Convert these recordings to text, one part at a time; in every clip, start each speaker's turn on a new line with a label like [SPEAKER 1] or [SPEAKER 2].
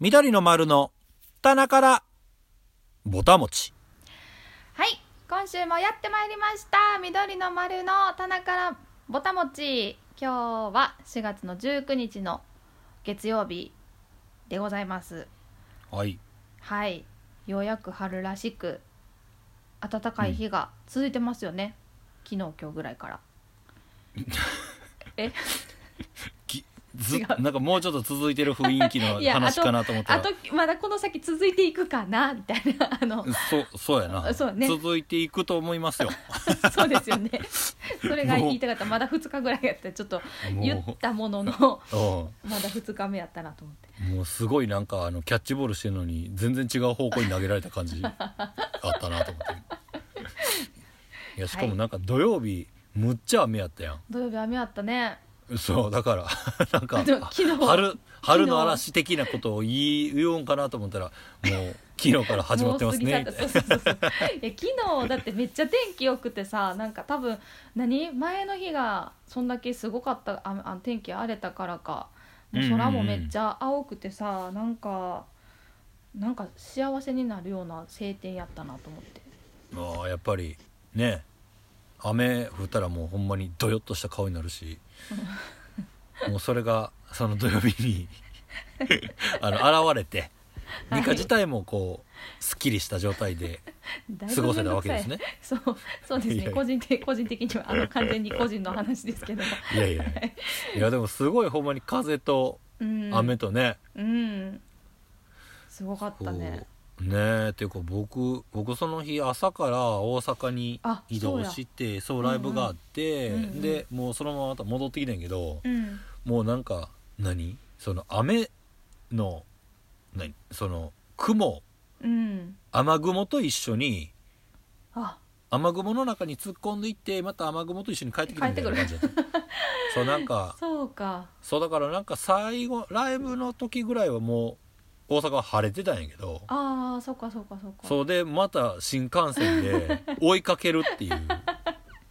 [SPEAKER 1] 緑の丸の棚からぼたもち
[SPEAKER 2] はい、今週もやってまいりました。緑の丸の棚からぼたもち。今日は4月の19日の月曜日でございます。
[SPEAKER 1] はい
[SPEAKER 2] はい、ようやく春らしく暖かい日が続いてますよね。昨日今日ぐらいから。 え、
[SPEAKER 1] きず
[SPEAKER 2] 違う
[SPEAKER 1] なんかもうちょっと続いてる雰囲気の
[SPEAKER 2] いや
[SPEAKER 1] 話
[SPEAKER 2] あと
[SPEAKER 1] かなと思った
[SPEAKER 2] あ
[SPEAKER 1] ら
[SPEAKER 2] とまだこの先続いていくかなみたいな あの
[SPEAKER 1] そうそうやな
[SPEAKER 2] そうね
[SPEAKER 1] 続いていくと思います よ
[SPEAKER 2] そうですよね。それが言いたかった。まだ2日ぐらいやったらちょっと言ったものの。
[SPEAKER 1] も
[SPEAKER 2] まだ2日目やったなと思って
[SPEAKER 1] ううんもうすごいなんかあのキャッチボールしてるのに全然違う方向に投げられた感じあったなと思っていやしかもなんか土曜日むっちゃ雨やったやん
[SPEAKER 2] 土曜日雨あったね
[SPEAKER 1] そうだから なんか
[SPEAKER 2] でも昨日
[SPEAKER 1] 春春の嵐的なことを言い言おうんかなと思ったらもう昨日から始まってますね
[SPEAKER 2] もう過ぎ去った そうそうそうそういや昨日だってめっちゃ天気良くてさなんか多分何前の日がそんだけすごかったああ天気荒れたからかもう空もめっちゃ青くてさ、なんかなんか幸せになるような晴天やったなと思って
[SPEAKER 1] ああやっぱりね雨降ったらもうほんまにどよっとした顔になる しもうそれがその土曜日 にあの現れて
[SPEAKER 2] はい
[SPEAKER 1] 理科自体もこうすっきりした状態で
[SPEAKER 2] だい
[SPEAKER 1] 過
[SPEAKER 2] ぶ
[SPEAKER 1] ご
[SPEAKER 2] 面
[SPEAKER 1] せた
[SPEAKER 2] 倒
[SPEAKER 1] わけ
[SPEAKER 2] くさ
[SPEAKER 1] で
[SPEAKER 2] い
[SPEAKER 1] すね。
[SPEAKER 2] そうそうです
[SPEAKER 1] いやい
[SPEAKER 2] ね
[SPEAKER 1] や
[SPEAKER 2] 個人的個人的にはあの完全に個人の話ですけど
[SPEAKER 1] いやいやいやでもすごいほんまに風と
[SPEAKER 2] うん
[SPEAKER 1] 雨とね、
[SPEAKER 2] うんすごかっ
[SPEAKER 1] こ
[SPEAKER 2] た
[SPEAKER 1] う
[SPEAKER 2] ね
[SPEAKER 1] ねえっていうか僕僕その日朝から大阪に
[SPEAKER 2] あ
[SPEAKER 1] 移
[SPEAKER 2] そう
[SPEAKER 1] 動
[SPEAKER 2] や
[SPEAKER 1] してそうライブがあって、
[SPEAKER 2] うんうん
[SPEAKER 1] でもうそのまままた戻ってきてんけど、
[SPEAKER 2] うん
[SPEAKER 1] もうなんか何その雨の何その雲
[SPEAKER 2] うん
[SPEAKER 1] 雨雲と一緒に
[SPEAKER 2] あ
[SPEAKER 1] 雨雲の中に突っ込んでいってまた雨雲と一緒に帰ってくるみたいな
[SPEAKER 2] 帰
[SPEAKER 1] 感
[SPEAKER 2] っ
[SPEAKER 1] じだった そうなんか
[SPEAKER 2] そうか
[SPEAKER 1] そうだからなんか最後ライブの時ぐらいはもう大阪は晴れてたんやけど
[SPEAKER 2] ああそうかそうかそうか
[SPEAKER 1] そうでまた新幹線 で追いかけるっていう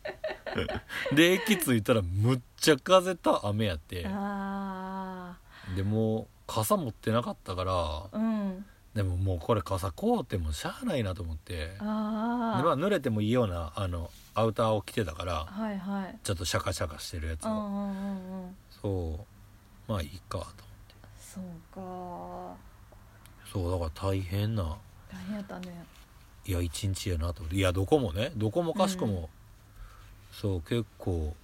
[SPEAKER 1] で駅着いたらむっちゃ風と雨やって
[SPEAKER 2] あ
[SPEAKER 1] でもう傘持ってなかったから
[SPEAKER 2] あうん
[SPEAKER 1] でももうこれ傘こうてもしゃあないなと思ってでま
[SPEAKER 2] あ
[SPEAKER 1] あ濡れてもいいようなあのアウターを着てたから
[SPEAKER 2] あはいはい
[SPEAKER 1] ちょっとシャカシャカしてるやつ
[SPEAKER 2] う
[SPEAKER 1] を
[SPEAKER 2] んうんうんうん
[SPEAKER 1] そうまあいいか
[SPEAKER 2] そうか
[SPEAKER 1] とそうだから大変な
[SPEAKER 2] 大変やったね
[SPEAKER 1] いや一日やなと思っていやどこもねどこもかしこも、
[SPEAKER 2] う
[SPEAKER 1] そう結構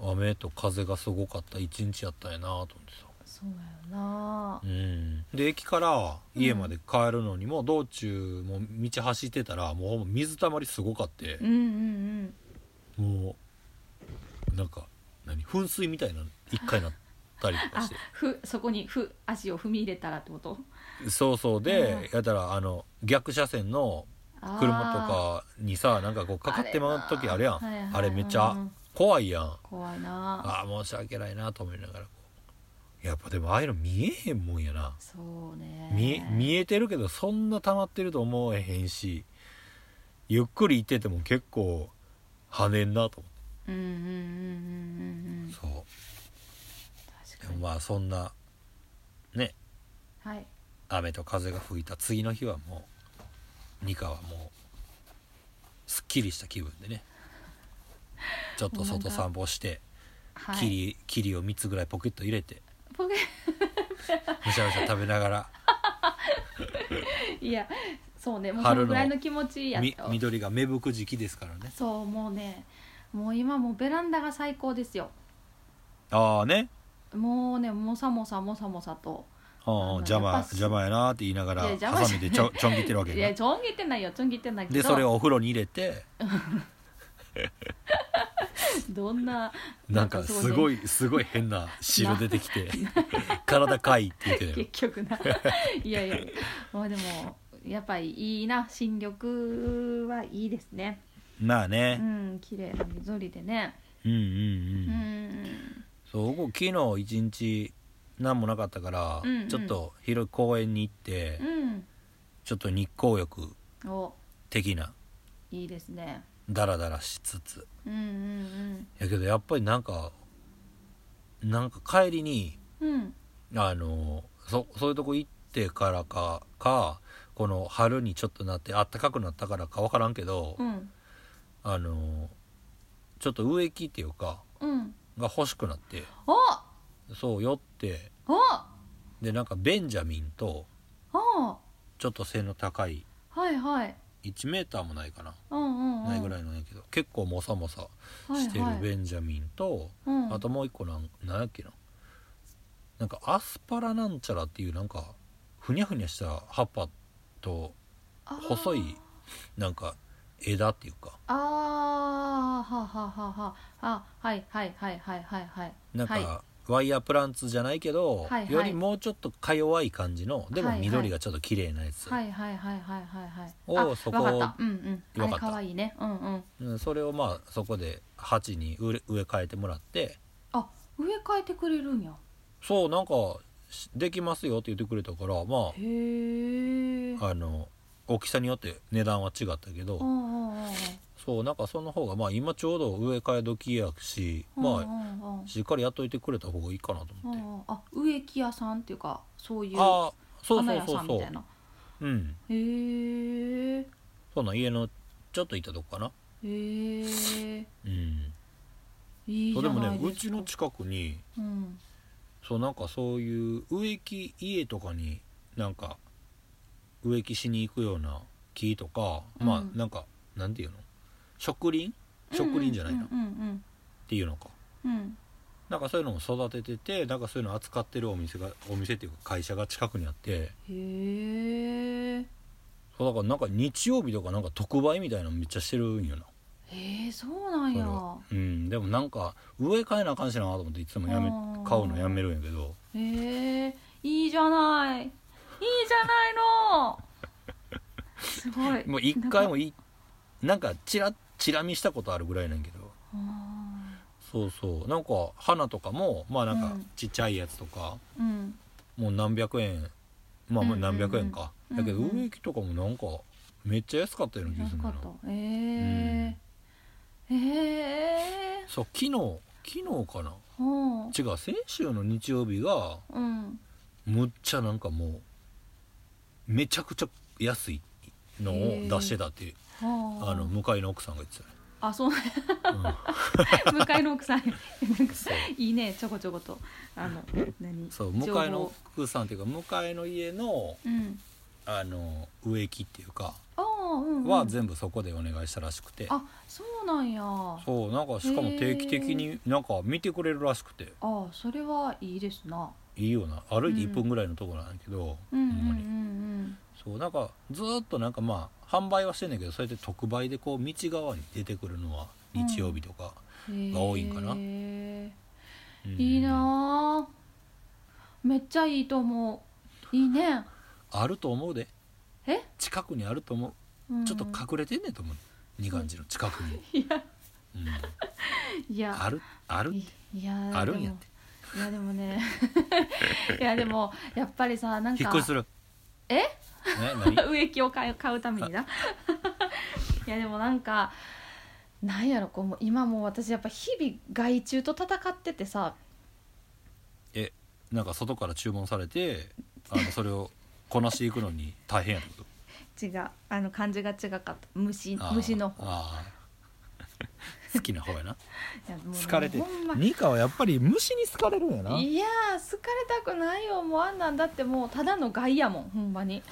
[SPEAKER 1] 雨と風がすごかった一日やったんやなと思ってさ
[SPEAKER 2] そうやな
[SPEAKER 1] うんで駅から家まで帰るのにも、道中も道走ってたらもう水たまりすごかって
[SPEAKER 2] うん、うん
[SPEAKER 1] もうなんか何噴水みたいなの一回なったりとか
[SPEAKER 2] あ
[SPEAKER 1] して
[SPEAKER 2] ふそこにふ足を踏み入れたらってこと
[SPEAKER 1] そうそうで
[SPEAKER 2] う
[SPEAKER 1] やったらあの逆車線の
[SPEAKER 2] あー
[SPEAKER 1] 車とかにさなんかこうかかってまう時あるやんあ
[SPEAKER 2] あれな
[SPEAKER 1] れ,、
[SPEAKER 2] はいはい
[SPEAKER 1] めっち
[SPEAKER 2] う
[SPEAKER 1] ゃ
[SPEAKER 2] ん
[SPEAKER 1] 怖いやん
[SPEAKER 2] 怖いな
[SPEAKER 1] あー申し訳ないなと思いながらこうやっぱでもああいうの見えへんもんやな、
[SPEAKER 2] そうね
[SPEAKER 1] 見え見えてるけどそんな溜まってると思えへんしゆっくり行ってても結構跳ねんなと思
[SPEAKER 2] うんうんうんうんうんう
[SPEAKER 1] っ
[SPEAKER 2] ん
[SPEAKER 1] てそ
[SPEAKER 2] 確
[SPEAKER 1] うで
[SPEAKER 2] か
[SPEAKER 1] も
[SPEAKER 2] に
[SPEAKER 1] まあそんなね
[SPEAKER 2] はい
[SPEAKER 1] 雨と風が吹いた次の日はもうニカはもうすっきりした気分でねちょっと外散歩して
[SPEAKER 2] はい
[SPEAKER 1] 霧霧を3つぐらいポケット入れて
[SPEAKER 2] ポケ
[SPEAKER 1] むしゃむしゃ食べながら
[SPEAKER 2] いやそうねもうそ
[SPEAKER 1] 春の
[SPEAKER 2] のぐらいの気持ちやっ
[SPEAKER 1] み
[SPEAKER 2] た
[SPEAKER 1] 緑が芽吹く時期ですからね
[SPEAKER 2] そうもうねもう今もうベランダが最高ですよ
[SPEAKER 1] ああね
[SPEAKER 2] もうねもさもさもさもさと
[SPEAKER 1] うんうん
[SPEAKER 2] あの
[SPEAKER 1] 邪魔
[SPEAKER 2] やっぱ
[SPEAKER 1] 邪魔やなって言いながら
[SPEAKER 2] いや邪魔
[SPEAKER 1] ハサミでちょちょん切ってるわけ
[SPEAKER 2] いや
[SPEAKER 1] ね
[SPEAKER 2] ちょん切ってないよちょん切ってないけど
[SPEAKER 1] でそれをお風呂に入れて
[SPEAKER 2] どんな
[SPEAKER 1] なんかすごいすごい変な汁出てきて体かいって言ってた よ
[SPEAKER 2] 結局ないやいやもうでもやっぱりいいな新緑はいいですね
[SPEAKER 1] まあ
[SPEAKER 2] う
[SPEAKER 1] ね
[SPEAKER 2] ん綺麗な緑でね
[SPEAKER 1] うんうん
[SPEAKER 2] う
[SPEAKER 1] うん
[SPEAKER 2] ん
[SPEAKER 1] そう僕昨日一日何もなかったから、
[SPEAKER 2] うんうん
[SPEAKER 1] ちょっと広い公園に行って、
[SPEAKER 2] うん
[SPEAKER 1] ちょっと日光浴
[SPEAKER 2] うんお
[SPEAKER 1] 的ない
[SPEAKER 2] いですね
[SPEAKER 1] ダラダラしつつ
[SPEAKER 2] うんうん
[SPEAKER 1] やけどやっぱりなんかなんか帰りに
[SPEAKER 2] うんうん
[SPEAKER 1] あのそそういうとこ行っってからかかこの春にちょっとなって暖かくなったからか分からんけど、
[SPEAKER 2] うん
[SPEAKER 1] あのちょっと植木っていうか
[SPEAKER 2] うん
[SPEAKER 1] が欲しくなって
[SPEAKER 2] あ
[SPEAKER 1] そう寄って
[SPEAKER 2] あ
[SPEAKER 1] でなんかベンジャミンと
[SPEAKER 2] あ
[SPEAKER 1] ちょっと背の高い
[SPEAKER 2] はいはい
[SPEAKER 1] 1メーターもないかな、
[SPEAKER 2] うんうんうん
[SPEAKER 1] ないぐらいのやけど結構もさもさしてる
[SPEAKER 2] はいはい
[SPEAKER 1] ベンジャミンと、
[SPEAKER 2] うん、
[SPEAKER 1] あともう一個なんなんやっけななんかアスパラなんちゃらっていうなんかふにゃふにゃした葉っぱと
[SPEAKER 2] あー
[SPEAKER 1] 細いなんか枝っていうか
[SPEAKER 2] あーははははあはいはいはいはいはいはい
[SPEAKER 1] なんか、
[SPEAKER 2] は
[SPEAKER 1] ワイヤープランツじゃないけど、
[SPEAKER 2] はいはい
[SPEAKER 1] よりもうちょっとか弱い感じのでも
[SPEAKER 2] はいはい
[SPEAKER 1] 緑がちょっと綺麗なやつ、
[SPEAKER 2] はいはいはいはいはいはい
[SPEAKER 1] おー
[SPEAKER 2] あ
[SPEAKER 1] そこ
[SPEAKER 2] わかったうんうんあ
[SPEAKER 1] わか
[SPEAKER 2] れ
[SPEAKER 1] った
[SPEAKER 2] かわいいねうんうん
[SPEAKER 1] うんそれをまあそこで鉢に植え植え替えてもらって
[SPEAKER 2] あ植え替えてくれるんや
[SPEAKER 1] そうなんかしできますよって言ってくれたからま
[SPEAKER 2] へえ
[SPEAKER 1] ああの大きさによって値段は違ったけど、そうなんかその方がまあ今ちょうど植え替え時やし、まあしっかりやっといてくれた方がいいかなと思って、
[SPEAKER 2] ああ植木屋さんっていうかそういう
[SPEAKER 1] ああそう
[SPEAKER 2] 花
[SPEAKER 1] そう
[SPEAKER 2] 屋
[SPEAKER 1] そ
[SPEAKER 2] さ
[SPEAKER 1] うんそ
[SPEAKER 2] みたいうな
[SPEAKER 1] うん
[SPEAKER 2] へえ
[SPEAKER 1] そうなん家のちょっと行ったとこかな
[SPEAKER 2] へえ
[SPEAKER 1] うん
[SPEAKER 2] いい
[SPEAKER 1] そう
[SPEAKER 2] じ
[SPEAKER 1] で
[SPEAKER 2] ゃ
[SPEAKER 1] も
[SPEAKER 2] な
[SPEAKER 1] ね
[SPEAKER 2] いで
[SPEAKER 1] う
[SPEAKER 2] すか
[SPEAKER 1] ちの近くに
[SPEAKER 2] うん
[SPEAKER 1] そうなんかそういう植木家とかになんか植木しに行くような木とか、ま
[SPEAKER 2] うん
[SPEAKER 1] あなんかなんていうの植林植林じゃないな、
[SPEAKER 2] うんうん
[SPEAKER 1] っていうのか
[SPEAKER 2] うんうん
[SPEAKER 1] なんかそういうのを育てててなんかそういうのを扱ってるお店がお店っていうか会社が近くにあって
[SPEAKER 2] へえ
[SPEAKER 1] そうだからなんか日曜日とかなんか特売みたいなのめっちゃしてるんよな
[SPEAKER 2] へえそうなんや
[SPEAKER 1] それはうんでもなんか植え替えなあかんしなと思っていつもやめ
[SPEAKER 2] あー
[SPEAKER 1] 買うのやめるんやけど
[SPEAKER 2] へえいいじゃないいいじゃないのすごい
[SPEAKER 1] もう一回もいなんかチラチラ見したことあるぐらいなんやけど
[SPEAKER 2] あ
[SPEAKER 1] そうそうなんか花とかもまあなん
[SPEAKER 2] う
[SPEAKER 1] か
[SPEAKER 2] ん
[SPEAKER 1] ちっちゃいやつとか、
[SPEAKER 2] ーうん
[SPEAKER 1] もう何百円まあ
[SPEAKER 2] うんうん
[SPEAKER 1] ま
[SPEAKER 2] う
[SPEAKER 1] あ何
[SPEAKER 2] ん
[SPEAKER 1] 百円か、だけど
[SPEAKER 2] うんうん
[SPEAKER 1] 植木とかもなんかめっちゃ安かったような気がす
[SPEAKER 2] な
[SPEAKER 1] るんだ
[SPEAKER 2] かっ
[SPEAKER 1] よな
[SPEAKER 2] たえー、えー、
[SPEAKER 1] そう昨日昨日かな
[SPEAKER 2] ほう
[SPEAKER 1] 違う先週の日曜日が
[SPEAKER 2] うん
[SPEAKER 1] むっちゃなんかもうめちゃくちゃ安いのを出してたっていう、
[SPEAKER 2] ほう
[SPEAKER 1] あの向かいの奥さんが言って
[SPEAKER 2] あそう
[SPEAKER 1] たよ、うん
[SPEAKER 2] 向かいの奥さん
[SPEAKER 1] そう
[SPEAKER 2] いいねちょこちょことあの何
[SPEAKER 1] そう向かい
[SPEAKER 2] 情
[SPEAKER 1] の
[SPEAKER 2] 報
[SPEAKER 1] 奥さんっていうか向かいの家の
[SPEAKER 2] うん
[SPEAKER 1] あの植木っていうか
[SPEAKER 2] ああうん、うん、
[SPEAKER 1] は全部そこでお願いしたらしくて、
[SPEAKER 2] あそうなんやあ
[SPEAKER 1] そうなんかしかも定期的になんか見てくれるらしくて
[SPEAKER 2] あそれはいいですない
[SPEAKER 1] いよな歩いて1分ぐらいのところなんだけど、
[SPEAKER 2] うんうんう
[SPEAKER 1] ほんまに
[SPEAKER 2] ん
[SPEAKER 1] そうなんかずーっとなんかまあ販売はしてんねんけどそうやって特売でこう道側に出てくるのは日曜日とか、
[SPEAKER 2] うん
[SPEAKER 1] が多いんかな
[SPEAKER 2] へ
[SPEAKER 1] うん
[SPEAKER 2] ーいいなーめっちゃいいと思ういいね
[SPEAKER 1] あると思うで
[SPEAKER 2] え、
[SPEAKER 1] 近くにあると思
[SPEAKER 2] う、
[SPEAKER 1] うんちょっと隠れてんねんと思う二眼寺の近くに、
[SPEAKER 2] いや
[SPEAKER 1] うん、
[SPEAKER 2] いや
[SPEAKER 1] あるある
[SPEAKER 2] いいや
[SPEAKER 1] あるんやって
[SPEAKER 2] でもいやでもね いやでもやっぱりさなんか
[SPEAKER 1] 引っ越しする
[SPEAKER 2] え
[SPEAKER 1] ね何
[SPEAKER 2] 植木を買う買うためにな いやでもなんかなんやろこうもう今もう私やっぱ日々害虫と戦っててさ
[SPEAKER 1] なんか外から注文されてあのそれをこなしていくのに大変やってこと
[SPEAKER 2] 違うあの漢字が違かった虫
[SPEAKER 1] あー
[SPEAKER 2] 虫の方い
[SPEAKER 1] あー好きな方やな
[SPEAKER 2] やもうね
[SPEAKER 1] 好かれて
[SPEAKER 2] ほんま
[SPEAKER 1] ニカはやっぱり虫に好かれるんやない
[SPEAKER 2] やー好かれたくないよもうあんなんだってもうただの害やもんほんまに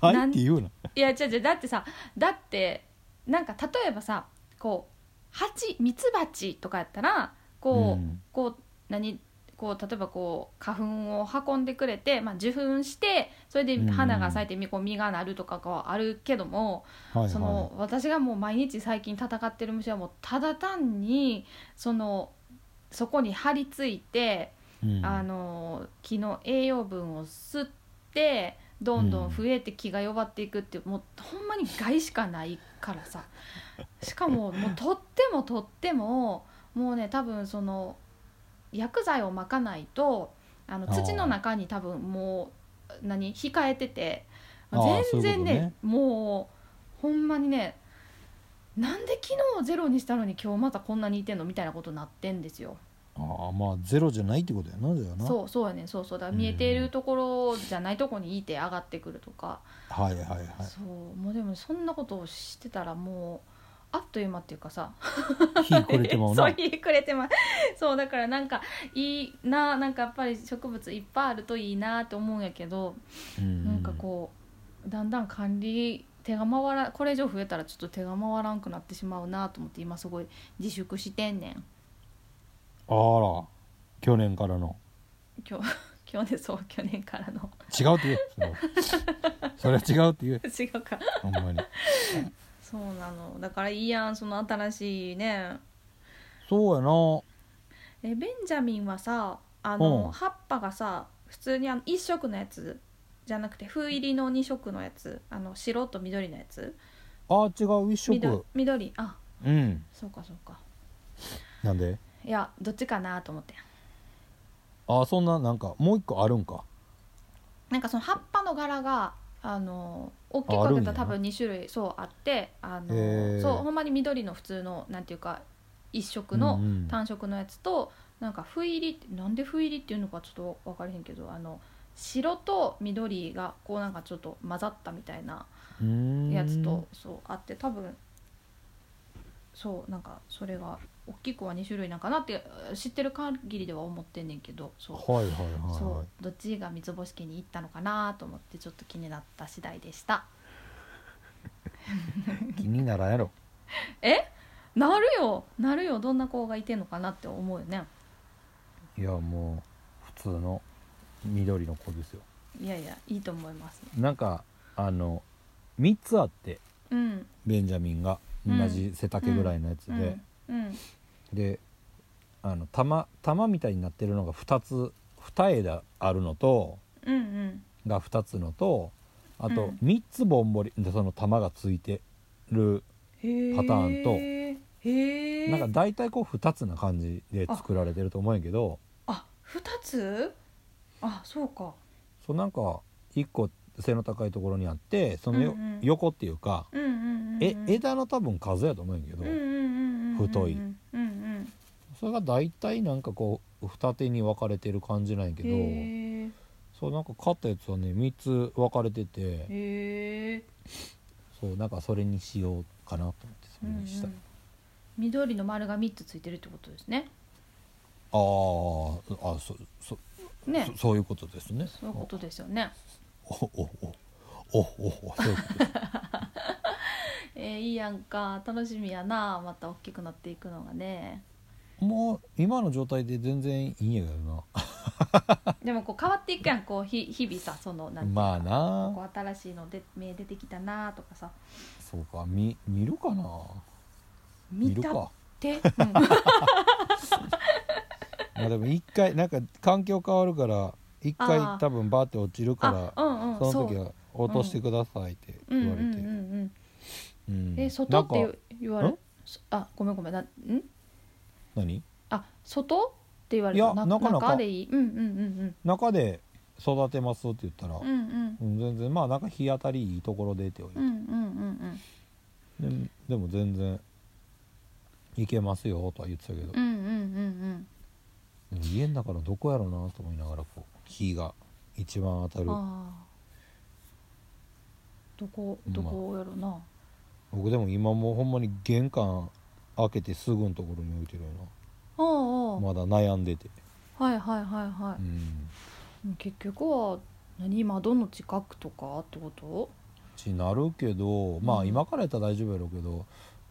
[SPEAKER 1] 害って言うない
[SPEAKER 2] や違う違うだってさだってなんか例えばさこう蜂ミツバチとかやったらこう、
[SPEAKER 1] うん
[SPEAKER 2] こう何こう例えばこう花粉を運んでくれて、まあ、受粉してそれで花が咲いてみこう実がなるとかはあるけども、
[SPEAKER 1] はいはい
[SPEAKER 2] その私がもう毎日最近戦ってる虫はもうただ単にそのそこに張り付いて
[SPEAKER 1] うん
[SPEAKER 2] あの木の栄養分を吸ってどんどん増えて木が弱っていくっていう、もうほんまに害しかないからさしかももうとってもとってももうね多分その薬剤をまかないとあの
[SPEAKER 3] あー
[SPEAKER 2] 土の中に多分もう何控えてて
[SPEAKER 3] あー
[SPEAKER 2] 全然ね
[SPEAKER 3] そういう
[SPEAKER 2] もうほんまにねなんで昨日ゼロにしたのに今日またこんなにいてんのみたいなことになってんですよ。
[SPEAKER 3] あ
[SPEAKER 1] ああまあゼロじゃないってことやなじゃあな
[SPEAKER 2] そうそうやねんそうそうだから見えているところじゃないとこにいて上がってくるとか、
[SPEAKER 1] はいはいはい
[SPEAKER 2] そうもうでもそんなことをしてたらもうあっという間っていうかさ
[SPEAKER 1] 火これてまうな
[SPEAKER 2] そう言いくれてまうそうだからなんかいいななんかやっぱり植物いっぱいあるといいなって思うんやけど、なんかこうだんだん管理手が回らこれ以上増えたらちょっと手が回らんくなってしまうなと思って今すごい自粛してんねん
[SPEAKER 1] うんあら去年からの
[SPEAKER 2] 今日今日でそう去年からの
[SPEAKER 1] 違うって言えそれはそれは違うって言え
[SPEAKER 2] 違うか
[SPEAKER 1] ほんまに
[SPEAKER 2] そうなのだからいいやんその新しいね
[SPEAKER 1] そうやな
[SPEAKER 2] えベンジャミンはさあの、
[SPEAKER 1] うん
[SPEAKER 2] 葉っぱがさ普通にあの1色のやつじゃなくて風入りの2色のやつあの白と緑のやつ
[SPEAKER 1] あー違う一
[SPEAKER 2] 緑
[SPEAKER 1] 色
[SPEAKER 2] 緑あ
[SPEAKER 1] うん
[SPEAKER 2] そうかそうか
[SPEAKER 1] なんで
[SPEAKER 2] いやどっちかなと思って
[SPEAKER 1] あーそんななんかもう一個あるんか
[SPEAKER 2] なんかその葉っぱの柄があの大きく
[SPEAKER 1] ああ
[SPEAKER 2] 分
[SPEAKER 1] る
[SPEAKER 2] け
[SPEAKER 1] ん
[SPEAKER 2] た
[SPEAKER 1] やな
[SPEAKER 2] ら多分2種類そうあってあの、
[SPEAKER 1] へー
[SPEAKER 2] そうほんまに緑の普通のなんていうか一色
[SPEAKER 1] う
[SPEAKER 2] の
[SPEAKER 1] んうん
[SPEAKER 2] 単色のやつと、なんか不入りってなんで不入りっていうのかちょっと分かりへんけどあの白と緑がこうなんかちょっと混ざったみたいな
[SPEAKER 1] うーん
[SPEAKER 2] やつとそうあって多分そうなんかそれが大きくは2種類なんかなって知ってる限りでは思ってんねんけどそう
[SPEAKER 1] はいはいはい
[SPEAKER 2] そ
[SPEAKER 1] は
[SPEAKER 2] うどっちが三つ星家に行ったのかなと思ってちょっと気になった次第でした
[SPEAKER 1] い気にならんやろ
[SPEAKER 2] なるよなるよどんな子がいてんのかなって思うよね
[SPEAKER 1] いやもう普通の緑の子ですよ
[SPEAKER 2] いやいやいいと思いますね
[SPEAKER 1] なんかあの3つあって
[SPEAKER 2] うん
[SPEAKER 1] ベンジャミンが
[SPEAKER 2] うん
[SPEAKER 1] 同じ背丈ぐらいのやつで、
[SPEAKER 2] うんうん
[SPEAKER 1] であの玉玉みたいになってるのが2つ2枝あるのと
[SPEAKER 2] うんうん
[SPEAKER 1] が2つのとあ
[SPEAKER 2] う
[SPEAKER 1] と
[SPEAKER 2] ん
[SPEAKER 1] 3つぼんぼりでその玉がついてる、
[SPEAKER 2] へえ
[SPEAKER 1] パターンと
[SPEAKER 2] へえ
[SPEAKER 1] なんか大体こう2つな感じで作られてると思うんやけど
[SPEAKER 2] あ二つあそうか
[SPEAKER 1] そうなんか1個背の高いところにあってそのよ、
[SPEAKER 2] うんうん
[SPEAKER 1] 横っていうか、
[SPEAKER 2] うんうんうんうん
[SPEAKER 1] え枝の多分数やと思うんやけど、
[SPEAKER 2] うんうんうんうん
[SPEAKER 1] 太い
[SPEAKER 2] うんうん
[SPEAKER 1] それが大体なんかこう二手に分かれてる感じなんやけ
[SPEAKER 2] うん
[SPEAKER 1] ど、
[SPEAKER 2] へえ
[SPEAKER 1] そうなんか買ったやつはね3つ分かれてて
[SPEAKER 2] へえ
[SPEAKER 1] そうなんかそれにしようかなと思ってそれにした、
[SPEAKER 2] うんうん緑の丸が三つついてるってことですね
[SPEAKER 1] あーあそそ
[SPEAKER 2] ね
[SPEAKER 1] そそういうことですね
[SPEAKER 2] そういうことですよね
[SPEAKER 1] おおおおおおそういうことです
[SPEAKER 2] えーいいやんか楽しみやなまた大きくなっていくのがね
[SPEAKER 1] もう今の状態で全然いいんやけどな
[SPEAKER 2] でもこう変わっていくやんこうひ日々さそのなんていうか
[SPEAKER 1] まあ
[SPEAKER 2] こ
[SPEAKER 1] な
[SPEAKER 2] う新しいので目出てきたなとかさ
[SPEAKER 1] そうか見見るかな見
[SPEAKER 2] 見
[SPEAKER 1] る
[SPEAKER 2] た
[SPEAKER 1] か
[SPEAKER 2] って、うん
[SPEAKER 1] まあでも一回なんか環境変わるから一回
[SPEAKER 2] あー
[SPEAKER 1] 多分バーって落ちるから
[SPEAKER 2] あうんうん
[SPEAKER 1] そ
[SPEAKER 2] そ
[SPEAKER 1] の時
[SPEAKER 2] う
[SPEAKER 1] は落としてくださいって
[SPEAKER 2] うんう
[SPEAKER 1] 言
[SPEAKER 2] ん
[SPEAKER 1] わ
[SPEAKER 2] う
[SPEAKER 1] れ
[SPEAKER 2] んう
[SPEAKER 1] て、
[SPEAKER 2] ん
[SPEAKER 1] うん
[SPEAKER 2] え外
[SPEAKER 1] なん
[SPEAKER 2] って言
[SPEAKER 1] か
[SPEAKER 2] う言われ
[SPEAKER 1] ん
[SPEAKER 2] そあごめんごめんなん
[SPEAKER 1] 何
[SPEAKER 2] あ外って言われ
[SPEAKER 1] い
[SPEAKER 2] た
[SPEAKER 1] やなかなか
[SPEAKER 2] 中でいいうんうんうん
[SPEAKER 1] 中で育てますって言ったら、
[SPEAKER 2] うんうんうん
[SPEAKER 1] うん全然まあなんか日当たりいいところでって言わ
[SPEAKER 2] うんうんうん
[SPEAKER 1] れて、ででも全然いけますよとは言ってたけど、
[SPEAKER 2] うんうんうんうん
[SPEAKER 1] でも家の中のどこやろうなと思いながらこう日が一番当た
[SPEAKER 2] うん
[SPEAKER 1] る
[SPEAKER 2] ああどこどこやろな、
[SPEAKER 1] 僕でも今もうほんまに玄関開けてすぐのところに置いてるよ
[SPEAKER 2] あああ
[SPEAKER 1] な
[SPEAKER 2] あ
[SPEAKER 1] まだ悩んでて、
[SPEAKER 2] はいはいはいは
[SPEAKER 1] う
[SPEAKER 2] い、
[SPEAKER 1] ん、
[SPEAKER 2] 結局は何窓の近くとかってこと
[SPEAKER 1] ちなるけどま
[SPEAKER 2] う
[SPEAKER 1] あ
[SPEAKER 2] ん
[SPEAKER 1] 今からやったら大丈夫やろうけど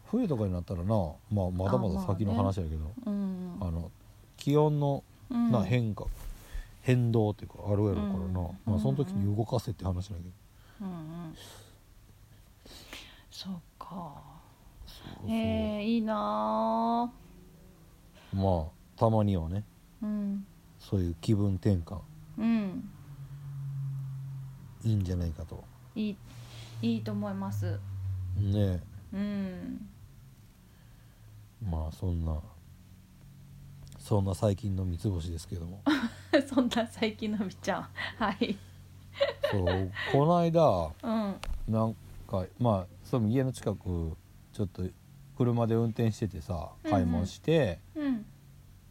[SPEAKER 1] 冬とかになったらな、まあ、まだまだ先の
[SPEAKER 2] あまあね
[SPEAKER 1] 話やけど
[SPEAKER 2] うん
[SPEAKER 1] あ、の気温の
[SPEAKER 2] うん、
[SPEAKER 1] な変化、変動っていうかあるやろからな、
[SPEAKER 2] うん
[SPEAKER 1] まあ、その時に動かせって話なんやけど、
[SPEAKER 2] うんうんそうか
[SPEAKER 1] そうそう
[SPEAKER 2] へえいいなあ
[SPEAKER 1] まあたまにはね
[SPEAKER 2] うん
[SPEAKER 1] そういう気分転換
[SPEAKER 2] うん
[SPEAKER 1] いいんじゃないかと
[SPEAKER 2] いいいいと思います
[SPEAKER 1] ねえ
[SPEAKER 2] うん
[SPEAKER 1] まあそんなそんな最近の三つ星ですけども
[SPEAKER 2] そんな最近のみちゃん はい
[SPEAKER 1] そう この間
[SPEAKER 2] うん
[SPEAKER 1] なんかまあその家の近くちょっと車で運転しててさ買い物して、
[SPEAKER 2] うん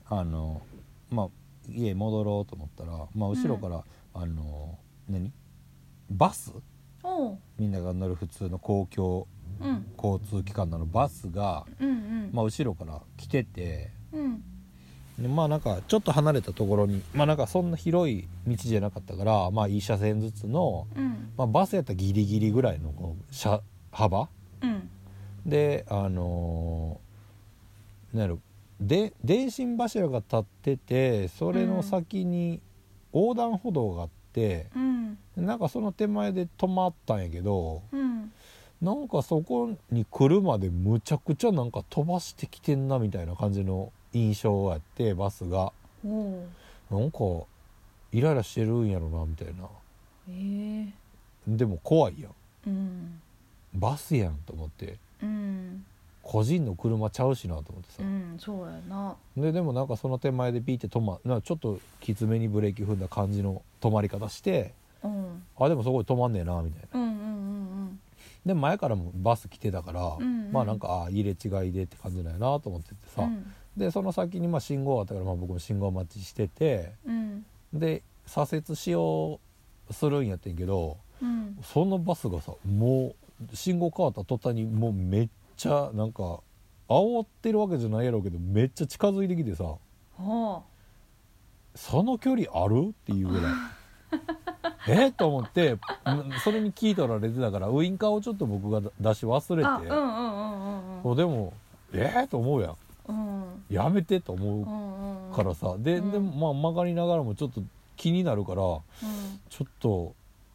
[SPEAKER 1] あのまあ家戻ろうと思ったら、まあ、後ろから、あの何バス
[SPEAKER 2] おう
[SPEAKER 1] みんなが乗る普通の公共
[SPEAKER 2] うん
[SPEAKER 1] 交通機関なのバスが、
[SPEAKER 2] うんうん
[SPEAKER 1] まあ、後ろから来てて
[SPEAKER 2] うん
[SPEAKER 1] でまあなんかちょっと離れたところにまあなんかそんな広い道じゃなかったからまあいい車線ずつの、
[SPEAKER 2] うん
[SPEAKER 1] まあ、バスやったらギリギリぐらいのこう車幅
[SPEAKER 2] うん
[SPEAKER 1] であのーなんやろで電信柱が立っててそれの先に横断歩道があって、
[SPEAKER 2] うん
[SPEAKER 1] なんかその手前で止まったんやけど
[SPEAKER 2] うん
[SPEAKER 1] なんかそこに来るまでむちゃくちゃなんか飛ばしてきてんなみたいな感じの印象やってバスが
[SPEAKER 2] おう
[SPEAKER 1] なんかイライラしてるんやろなみたいな
[SPEAKER 2] えー、
[SPEAKER 1] でも怖いやん
[SPEAKER 2] うん
[SPEAKER 1] バスやんと思って
[SPEAKER 2] うん
[SPEAKER 1] 個人の車ちゃうしなと思ってさ
[SPEAKER 2] う、んそうやな
[SPEAKER 1] ででもなんかその手前でピーって止まなんかちょっときつめにブレーキ踏んだ感じの止まり方して
[SPEAKER 2] うん
[SPEAKER 1] あでもそこで止まんねえなみたいな
[SPEAKER 2] うんうん
[SPEAKER 1] で前からもバス来てたから、
[SPEAKER 2] うんうん
[SPEAKER 1] まあなんかあ入れ違いでって感じだよなと思ってて
[SPEAKER 2] うん
[SPEAKER 1] さ、
[SPEAKER 2] うん
[SPEAKER 1] でその先にまあ信号あったからまあ僕も信号待ちしてて
[SPEAKER 2] うん
[SPEAKER 1] で左折しようするんやってんけど
[SPEAKER 2] うん
[SPEAKER 1] そのバスがさもう信号変わった途端にもうめっちゃなんか煽ってるわけじゃないやろうけどめっちゃ近づいてきてさ
[SPEAKER 2] ほ
[SPEAKER 1] その距離あるっていうぐ らいえと思ってんそれに聞いとられてたからウインカーをちょっと僕が出し忘
[SPEAKER 2] う
[SPEAKER 1] れ
[SPEAKER 2] あうん
[SPEAKER 1] て、
[SPEAKER 2] うんうんうん
[SPEAKER 1] そうでもえー、と思うやん
[SPEAKER 2] うん
[SPEAKER 1] やめてと
[SPEAKER 2] う
[SPEAKER 1] 思
[SPEAKER 2] んうん
[SPEAKER 1] うからさ、で
[SPEAKER 2] うん
[SPEAKER 1] でもまあ曲がりながらもちょっと気になるから
[SPEAKER 2] うん
[SPEAKER 1] ちょっと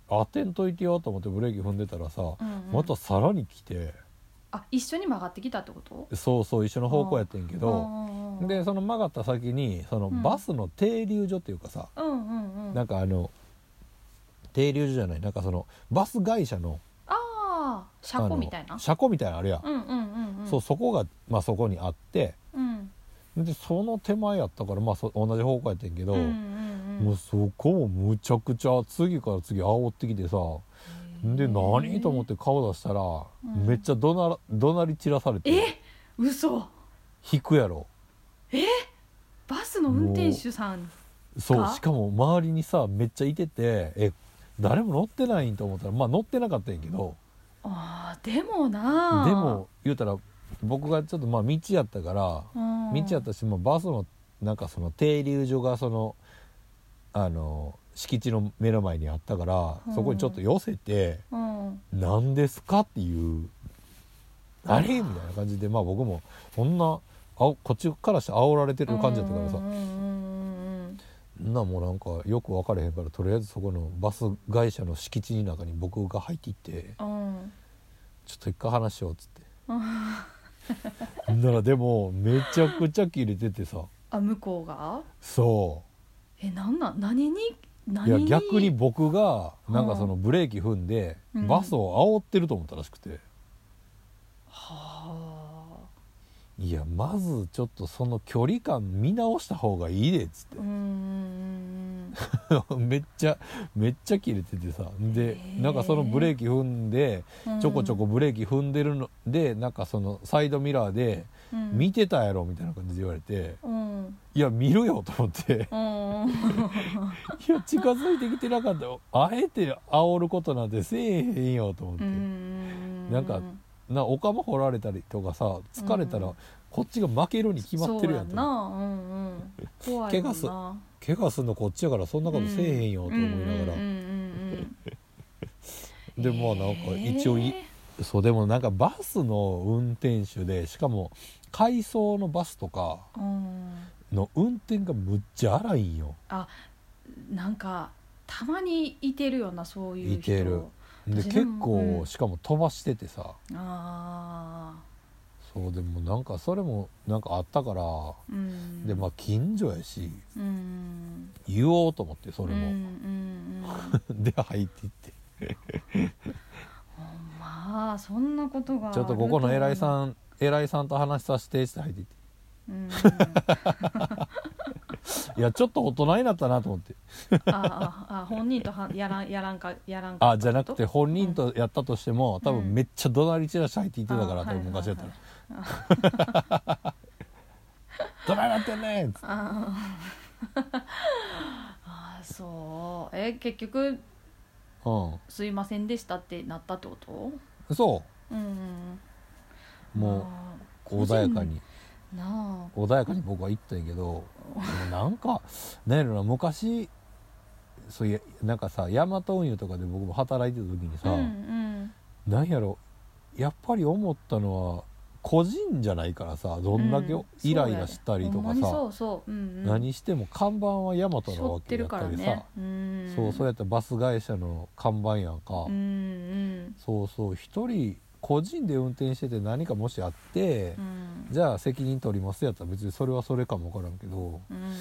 [SPEAKER 1] 当てんといてよと思ってブレーキ踏んでたらさ、
[SPEAKER 2] うんうん
[SPEAKER 1] またさらに来て
[SPEAKER 2] あ一緒に曲がってきたってこと
[SPEAKER 1] そうそう一緒の方向やってんけど、
[SPEAKER 2] うん
[SPEAKER 1] でその曲がった先にその
[SPEAKER 2] うん
[SPEAKER 1] バスの停留所っていうかさ、
[SPEAKER 2] うんうんうん
[SPEAKER 1] なんかあの停留所じゃないなんかそのバス会社の
[SPEAKER 2] ああ車
[SPEAKER 1] あ
[SPEAKER 2] 庫
[SPEAKER 1] の
[SPEAKER 2] みたいな
[SPEAKER 1] 車庫みたいなのあるやん、
[SPEAKER 2] うんうんうんうん
[SPEAKER 1] そうそこが、まあ、そこにあって
[SPEAKER 2] うん
[SPEAKER 1] でその手前やったから、まあ、そ同じ方向やってんけど、
[SPEAKER 2] うんうんうん
[SPEAKER 1] もうそこもむちゃくちゃ次から次煽ってきてさで何と思って顔出したら、
[SPEAKER 2] ん
[SPEAKER 1] めっちゃ怒鳴ら怒鳴り散らされて
[SPEAKER 2] え嘘
[SPEAKER 1] 引くやろ
[SPEAKER 2] バスの運転手さん
[SPEAKER 1] そう
[SPEAKER 2] か
[SPEAKER 1] しかも周りにさめっちゃいててえ誰も乗ってないんと思ったらまあ乗ってなかったんやけど
[SPEAKER 2] あーでもな
[SPEAKER 1] でも言うたら僕がちょっとまあ道やったから
[SPEAKER 2] うん
[SPEAKER 1] 道やったし、まあ、バスのなんかその停留所がそのあの敷地の目の前にあったから、
[SPEAKER 2] うん
[SPEAKER 1] そこにちょっと寄せて
[SPEAKER 2] うん
[SPEAKER 1] 「何ですか?」っていう「あれ?」みたいな感じでまあ僕もそんなあおこっちからして煽られてる感じやったからさ
[SPEAKER 2] うんうんうんうん
[SPEAKER 1] んなもうなんかよく分かれへんからとりあえずそこのバス会社の敷地の中に僕が入っていって
[SPEAKER 2] うんうん
[SPEAKER 1] 「ちょっと一回話しよう」っつ って。ならでもめちゃくちゃ切れててさ
[SPEAKER 2] あ向こうが
[SPEAKER 1] そ
[SPEAKER 2] えなんなん何に
[SPEAKER 1] ういや
[SPEAKER 2] 何に
[SPEAKER 1] 逆に僕がなん
[SPEAKER 2] う
[SPEAKER 1] か
[SPEAKER 2] ん
[SPEAKER 1] そのブレーキ踏んで
[SPEAKER 2] うん
[SPEAKER 1] バスを煽ってると思ったらしくて、
[SPEAKER 2] はあ
[SPEAKER 1] いやまずちょっとその距離感見直した方がいいでっつ
[SPEAKER 2] うんうん
[SPEAKER 1] って めっちゃめっちゃ切れててさで
[SPEAKER 2] へえ
[SPEAKER 1] なんかそのブレーキ踏んで
[SPEAKER 2] うんう ん
[SPEAKER 1] ちょこちょこブレーキ踏んでるのでなんかそのサイドミラーで
[SPEAKER 2] うん
[SPEAKER 1] 見てたやろみたいな感じで言われて
[SPEAKER 2] うん
[SPEAKER 1] いや見るよと思って
[SPEAKER 2] うん
[SPEAKER 1] いや近づいてきてなかったよあえて煽ることなんてせえへんよと思って、
[SPEAKER 2] うん
[SPEAKER 1] なんかなおかま掘られたりとかさ疲れた
[SPEAKER 2] う
[SPEAKER 1] ら
[SPEAKER 2] ん
[SPEAKER 1] こっちが負けるに決まってるやん
[SPEAKER 2] そ
[SPEAKER 1] と
[SPEAKER 2] うやなうんうん怖
[SPEAKER 1] 怪
[SPEAKER 2] いも
[SPEAKER 1] 我
[SPEAKER 2] んな
[SPEAKER 1] す怪我すんのこっちやからそんなことせえへんよと思いながら、
[SPEAKER 2] うんうんうんうん
[SPEAKER 1] でもなんか一応い、
[SPEAKER 2] え
[SPEAKER 1] そうでもなんかバスの運転手でしかも回送のバスとか
[SPEAKER 2] ーうん
[SPEAKER 1] の運転がむっちゃ荒いんよ
[SPEAKER 2] なんかたまにいてるよなそういう人
[SPEAKER 1] いてるで
[SPEAKER 2] 私で
[SPEAKER 1] 結
[SPEAKER 2] も
[SPEAKER 1] 構、
[SPEAKER 2] うん
[SPEAKER 1] しかも飛ばしててさ
[SPEAKER 2] あ
[SPEAKER 1] そうでもなんかそれもなんかあったから
[SPEAKER 2] ーうん
[SPEAKER 1] でまあ近所やし
[SPEAKER 2] うん
[SPEAKER 1] 言おうと思ってそれ
[SPEAKER 2] うんうん
[SPEAKER 1] も、
[SPEAKER 2] う ん
[SPEAKER 1] で入っていって
[SPEAKER 2] ほんまあそんなことが
[SPEAKER 1] ちょっとここの偉い
[SPEAKER 2] ん、
[SPEAKER 1] さん偉いさんと話させてって入っていって
[SPEAKER 2] うん、
[SPEAKER 1] いやちょっと大人になったなと思って
[SPEAKER 2] あああ本人とはやらんやらんかやらんか
[SPEAKER 1] あじゃなくて本人とやったとしても、多分めっちゃ怒鳴り散らして入っていってたから、
[SPEAKER 2] あ
[SPEAKER 1] 多分昔やったら、
[SPEAKER 2] はいはいはいあ
[SPEAKER 1] ドライなってんねんつっ
[SPEAKER 2] あーあーそうえ結局「
[SPEAKER 1] う
[SPEAKER 2] すいませんでした」ってなったってこと
[SPEAKER 1] んそ
[SPEAKER 2] うん
[SPEAKER 1] うも
[SPEAKER 2] あ
[SPEAKER 1] う穏やかに
[SPEAKER 2] ーなあ
[SPEAKER 1] 穏やかに僕は言ったんやけどでもなんかなんやろな昔そういやなんかさヤマト運輸とかで僕も働いてた時にさ、
[SPEAKER 2] うんうん
[SPEAKER 1] なんやろやっぱり思ったのは個人じゃないからさどんだけ
[SPEAKER 2] うん
[SPEAKER 1] イライラしたりとか
[SPEAKER 2] そうやでほんまに
[SPEAKER 1] さ、
[SPEAKER 2] そうそう、うんうん、
[SPEAKER 1] 何しても看板はヤマト
[SPEAKER 2] し
[SPEAKER 1] な
[SPEAKER 2] ょ
[SPEAKER 1] わ
[SPEAKER 2] っ
[SPEAKER 1] け
[SPEAKER 2] て
[SPEAKER 1] や
[SPEAKER 2] る
[SPEAKER 1] っ
[SPEAKER 2] か
[SPEAKER 1] た
[SPEAKER 2] ら
[SPEAKER 1] りさ、
[SPEAKER 2] ねうん
[SPEAKER 1] そうそう
[SPEAKER 2] や
[SPEAKER 1] やったらバス会社の看板やんか、
[SPEAKER 2] うんうん
[SPEAKER 1] そうそう一人個人で運転してて何かもしあって
[SPEAKER 2] う、ん
[SPEAKER 1] じゃあ責任取りますやったら別にそれはそれかも分からんけど
[SPEAKER 2] うん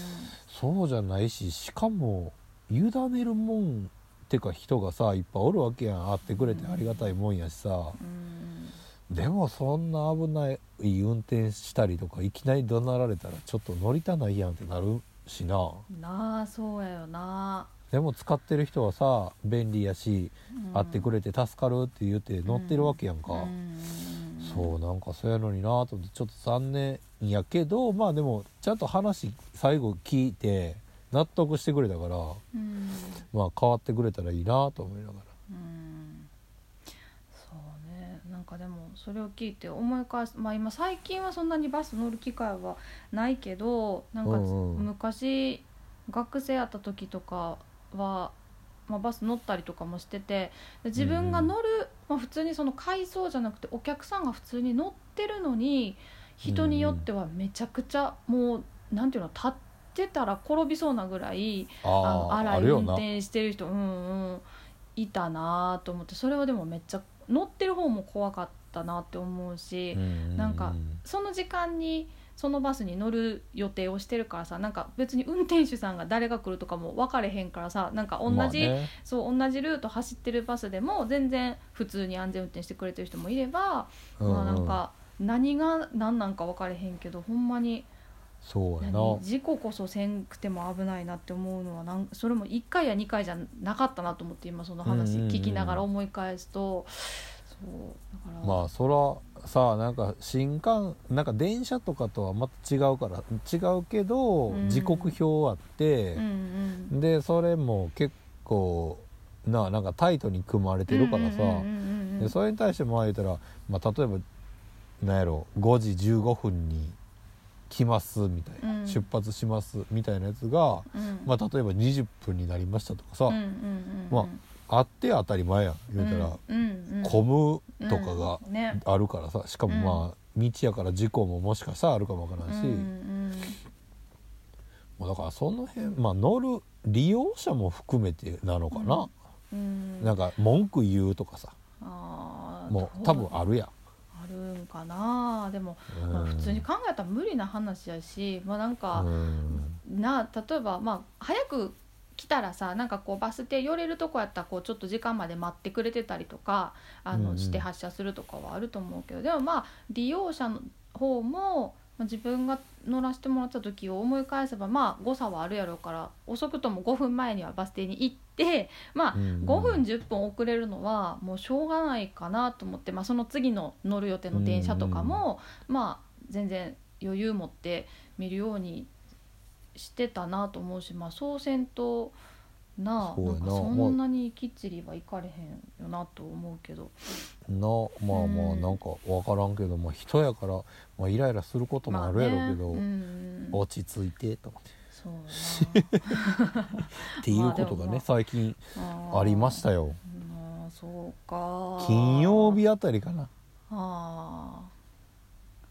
[SPEAKER 1] そうじゃないししかも委ねるもんってか人がさいっぱいおるわけやん会ってくれてありがたいもんやしさ、
[SPEAKER 2] うん
[SPEAKER 1] でもそんな危ない運転したりとかいきなり怒鳴られたらちょっと乗りたないやんってなるしな
[SPEAKER 2] なあそうやよな、
[SPEAKER 1] でも使ってる人はさ便利やし、
[SPEAKER 2] うん
[SPEAKER 1] 会ってくれて助かるって言って乗ってるわけやんか、
[SPEAKER 2] うんうん
[SPEAKER 1] そうなんかそうやのになと思ってちょっと残念やけどまあでもちゃんと話最後聞いて納得してくれたから
[SPEAKER 2] うん
[SPEAKER 1] まあ変わってくれたらいいなと思いながら
[SPEAKER 2] うんそうねなんかでもそれを聞いて思い返すまあ今最近はそんなにバス乗る機会はないけどなんか
[SPEAKER 1] うんうん
[SPEAKER 2] 昔学生やった時とかは、まあ、バス乗ったりとかもしててで自分が乗る、まあ、普通にその階層じゃなくてお客さんが普通に乗ってるのに人によってはめちゃくちゃもうなんていうの立ってたら転びそうなぐらい。あ
[SPEAKER 1] あ
[SPEAKER 2] の
[SPEAKER 1] あ
[SPEAKER 2] 荒
[SPEAKER 1] あ
[SPEAKER 2] い
[SPEAKER 1] るよ
[SPEAKER 2] 運
[SPEAKER 1] な
[SPEAKER 2] 転してる人うんうんいたなと思ってそれはでもめっちゃ乗ってる方も怖かったなって思うし、なんかその時間にそのバスに乗る予定をしてるからさなんか別に運転手さんが誰が来るとかも分かれへんからさなんか同じ、そう同じルート走ってるバスでも全然普通に安全運転してくれてる人もいれば、まあなんか何が何なんか分かれへんけどほんまに
[SPEAKER 1] そうやな
[SPEAKER 2] 何事故こそせんくても危ないなって思うのはなんそれも1回や2回じゃなかったなと思って今その話
[SPEAKER 1] うんうんうん
[SPEAKER 2] 聞きながら思い返すと、そうだから、
[SPEAKER 1] まあそらさなんか新幹なんか電車とかとはまた違うから違うけど、
[SPEAKER 2] うん
[SPEAKER 1] 時刻表あって
[SPEAKER 2] うんう、ん、
[SPEAKER 1] でそれも結構ななんかタイトに組まれてるからさ、
[SPEAKER 2] うんうんうんうんうん
[SPEAKER 1] でそれに対してまあ言うたら、まあ、例えばなんやろ5時15分に来ますみたいな、
[SPEAKER 2] うん
[SPEAKER 1] 出発しますみたいなやつが、
[SPEAKER 2] うん
[SPEAKER 1] まあ、例えば20分になりましたとかさ、
[SPEAKER 2] うんうんうんうん
[SPEAKER 1] まあって当たり前やん言うたら、
[SPEAKER 2] うんうんうん
[SPEAKER 1] 混むとかが
[SPEAKER 2] うんね
[SPEAKER 1] あるからさしかもまあ道やから事故ももしかしたらあるかもわからんし、
[SPEAKER 2] うんうん
[SPEAKER 1] もうだからその辺、まあ、乗る利用者も含めてなのかな、
[SPEAKER 2] うん
[SPEAKER 1] なんか文句言うとかさ
[SPEAKER 2] あー
[SPEAKER 1] もう
[SPEAKER 2] ど
[SPEAKER 1] 多
[SPEAKER 2] な
[SPEAKER 1] 分あるやん、
[SPEAKER 2] あるんかなでも、
[SPEAKER 1] うん
[SPEAKER 2] まあ普通に考えたら無理な話やしまあなんか、
[SPEAKER 1] うん
[SPEAKER 2] な例えばまあ早く来たらさなんかこうバス停寄れるとこやったらこうちょっと時間まで待ってくれてたりとかあ
[SPEAKER 1] うんう
[SPEAKER 2] の
[SPEAKER 1] ん
[SPEAKER 2] して発車するとかはあると思うけど、でもまあ利用者の方もまあ自分が乗らせてもらった時を思い返せばまあ誤差はあるやろうから遅くとも5分前にはバス停に行ってまあ
[SPEAKER 1] うんうん
[SPEAKER 2] 5分10分遅れるのはもうしょうがないかなと思って、まあ、その次の乗る予定の電車とかも、まあ全然余裕持って見るようにしてたなと思うし、まあ、そうせんとなあ
[SPEAKER 1] そうや
[SPEAKER 2] な
[SPEAKER 1] なん
[SPEAKER 2] かそんなにきっちりはいかれへんよなと思うけど
[SPEAKER 1] なまあま
[SPEAKER 2] う
[SPEAKER 1] あ
[SPEAKER 2] ん
[SPEAKER 1] なんかわからんけど、まあ、人やから、まあ、イライラすることもあるやろうけど、
[SPEAKER 2] まあねうんうん、
[SPEAKER 1] 落ち着いてと思って
[SPEAKER 2] そう
[SPEAKER 1] っていうことがね、
[SPEAKER 2] まあでもまあ
[SPEAKER 1] 最近
[SPEAKER 2] や な
[SPEAKER 1] ありました
[SPEAKER 2] よ
[SPEAKER 1] よ
[SPEAKER 2] あーそうか
[SPEAKER 1] 金曜日あたりかな
[SPEAKER 2] あ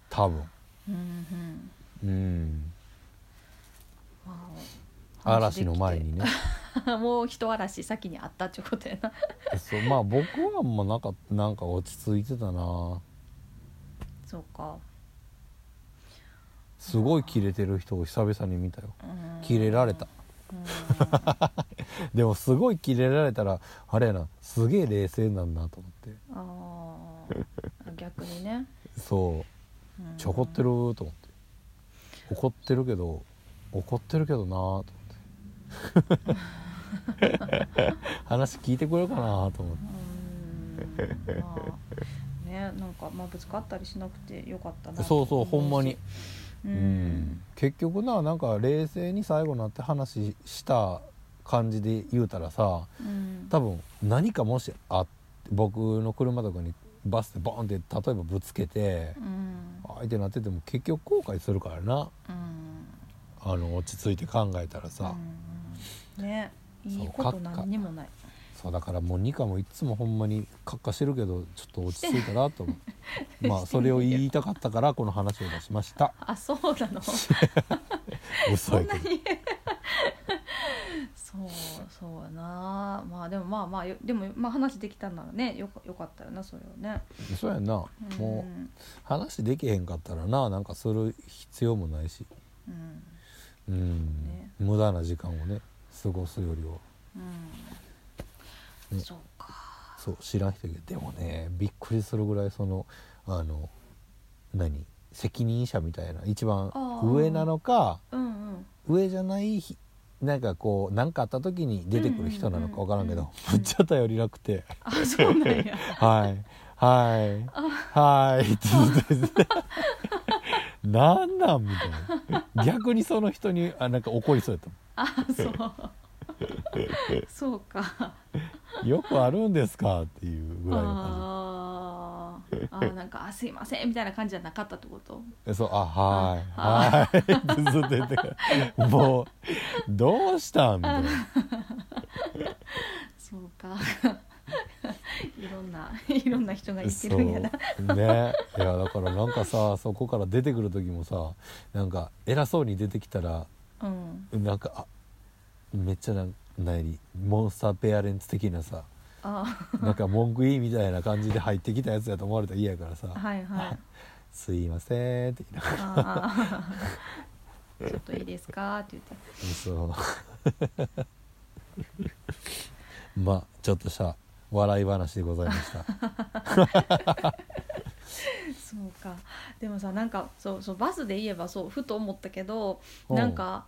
[SPEAKER 1] 多分
[SPEAKER 2] ーうんうん
[SPEAKER 1] うん
[SPEAKER 2] まあ
[SPEAKER 1] 嵐の前にね
[SPEAKER 2] もう人嵐先にあったってことやな
[SPEAKER 1] そうまあ僕はもうなんかなんか落ち着いてたな
[SPEAKER 2] そうか
[SPEAKER 1] すごいキレてる人を久々に見たよ
[SPEAKER 2] うん
[SPEAKER 1] キレられた
[SPEAKER 2] うん
[SPEAKER 1] でもすごいキレられたらあれやなすげえ冷静なんだと思って
[SPEAKER 2] あー逆にね、
[SPEAKER 1] そう
[SPEAKER 2] うん
[SPEAKER 1] ちょこってると思って怒ってるけど怒ってるけどなーと思って 話聞いてくれるかなーと思って
[SPEAKER 2] うんまあねなんかまあぶつかったりしなくてよかったな
[SPEAKER 1] そうそうほんまに
[SPEAKER 2] う
[SPEAKER 1] うん
[SPEAKER 2] ん
[SPEAKER 1] 結局ななんか冷静に最後になって話した感じで言うたらさ
[SPEAKER 2] うん
[SPEAKER 1] 多分何かもしあって僕の車とかにバスでボンって例えばぶつけて
[SPEAKER 2] うん
[SPEAKER 1] 相手なってても結局後悔するからな
[SPEAKER 2] うん
[SPEAKER 1] あの落ち着いて考えたらさ、
[SPEAKER 2] うんねいいこ
[SPEAKER 1] そ
[SPEAKER 2] と
[SPEAKER 1] うか
[SPEAKER 2] 何にもない
[SPEAKER 1] そうだからもうニカもいつもほんまにカッカしてるけどちょっと落ち着いたなと思う まあそれを言いたかったからこの話を出しました
[SPEAKER 2] あそうなの
[SPEAKER 1] 嘘
[SPEAKER 2] そ
[SPEAKER 1] や
[SPEAKER 2] んな
[SPEAKER 1] けど
[SPEAKER 2] に そうそうやなまあでもまあまあよでもまあ話できたんならねよかよかったよなそれはね
[SPEAKER 1] そうやんな、もう話できへんかったらななんかする必要もないし
[SPEAKER 2] うんう
[SPEAKER 1] う
[SPEAKER 2] ん
[SPEAKER 1] ん、
[SPEAKER 2] ね
[SPEAKER 1] 無駄な時間をね過ごすよりは
[SPEAKER 2] うん
[SPEAKER 1] ね
[SPEAKER 2] そうか
[SPEAKER 1] そう知らん人やけどでもねびっくりするぐらいそのあの何責任者みたいな一番
[SPEAKER 2] あー
[SPEAKER 1] 上なのか
[SPEAKER 2] うんうん
[SPEAKER 1] 上じゃないひなんかこう何かあった時に出てくる人なのか分からんけ
[SPEAKER 2] うん
[SPEAKER 1] ど
[SPEAKER 2] うんうんうん
[SPEAKER 1] むっちゃ頼りなくて
[SPEAKER 2] あそうなんや
[SPEAKER 1] 「はいはいはい」ってずっと言って「なんなん?」みたいな逆にその人にあなんか怒りそうやったもん
[SPEAKER 2] あ そうそうか
[SPEAKER 1] よくあるんですかっていうぐらいの感
[SPEAKER 2] あーあーなんか「あすいません」みたいな感じじゃなかったってこと
[SPEAKER 1] じ。えそう、あ、はい、はい、ってずっと言ってから、もう、どうしたんみたいな。
[SPEAKER 2] そうか いろんないろんな人がいて
[SPEAKER 1] そ
[SPEAKER 2] る
[SPEAKER 1] う、
[SPEAKER 2] んや
[SPEAKER 1] ね
[SPEAKER 2] な、
[SPEAKER 1] いや、だから、なんかさ、そこから出てくる時もさ、なんか偉そうに出てきたら、
[SPEAKER 2] うん
[SPEAKER 1] なんか、あ。めっちゃなん、なに、モンスターペアレンツ的なさ、
[SPEAKER 2] あ
[SPEAKER 1] なんか文句いいみたいな感じで入ってきたやつやと思われたら嫌やからさ。
[SPEAKER 2] ーはいはい
[SPEAKER 1] すいませんって言いなが
[SPEAKER 2] あ ーちょっといいですかって言って
[SPEAKER 1] そう まあちょっとした笑い話でございました
[SPEAKER 2] そうかでもさなんかそうそうバスで言えばそうふと思ったけど
[SPEAKER 1] うん
[SPEAKER 2] なんか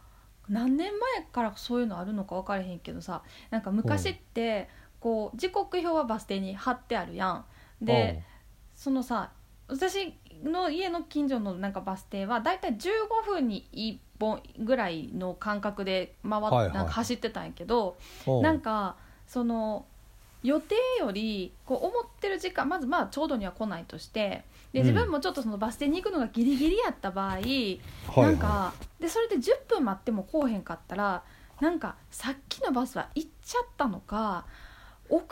[SPEAKER 2] 何年前からそういうのあるのか分からへんけどさなんか昔ってこう時刻表はバス停に貼ってあるやん。でそのさ私の家の近所のなんかバス停はだいたい15分に1本ぐらいの間隔で回っ、
[SPEAKER 1] はいはい
[SPEAKER 2] なんか走ってたんやけど、
[SPEAKER 1] おう
[SPEAKER 2] なんかその予定よりこう思ってる時間まずまあちょうどには来ないとしてで
[SPEAKER 1] うん
[SPEAKER 2] 自分もちょっとそのバス停に行くのがギリギリやった場合、
[SPEAKER 1] おう
[SPEAKER 2] なんかでそれで10分待っても来おへんかったらなんかさっきのバスは行っちゃったのか遅れ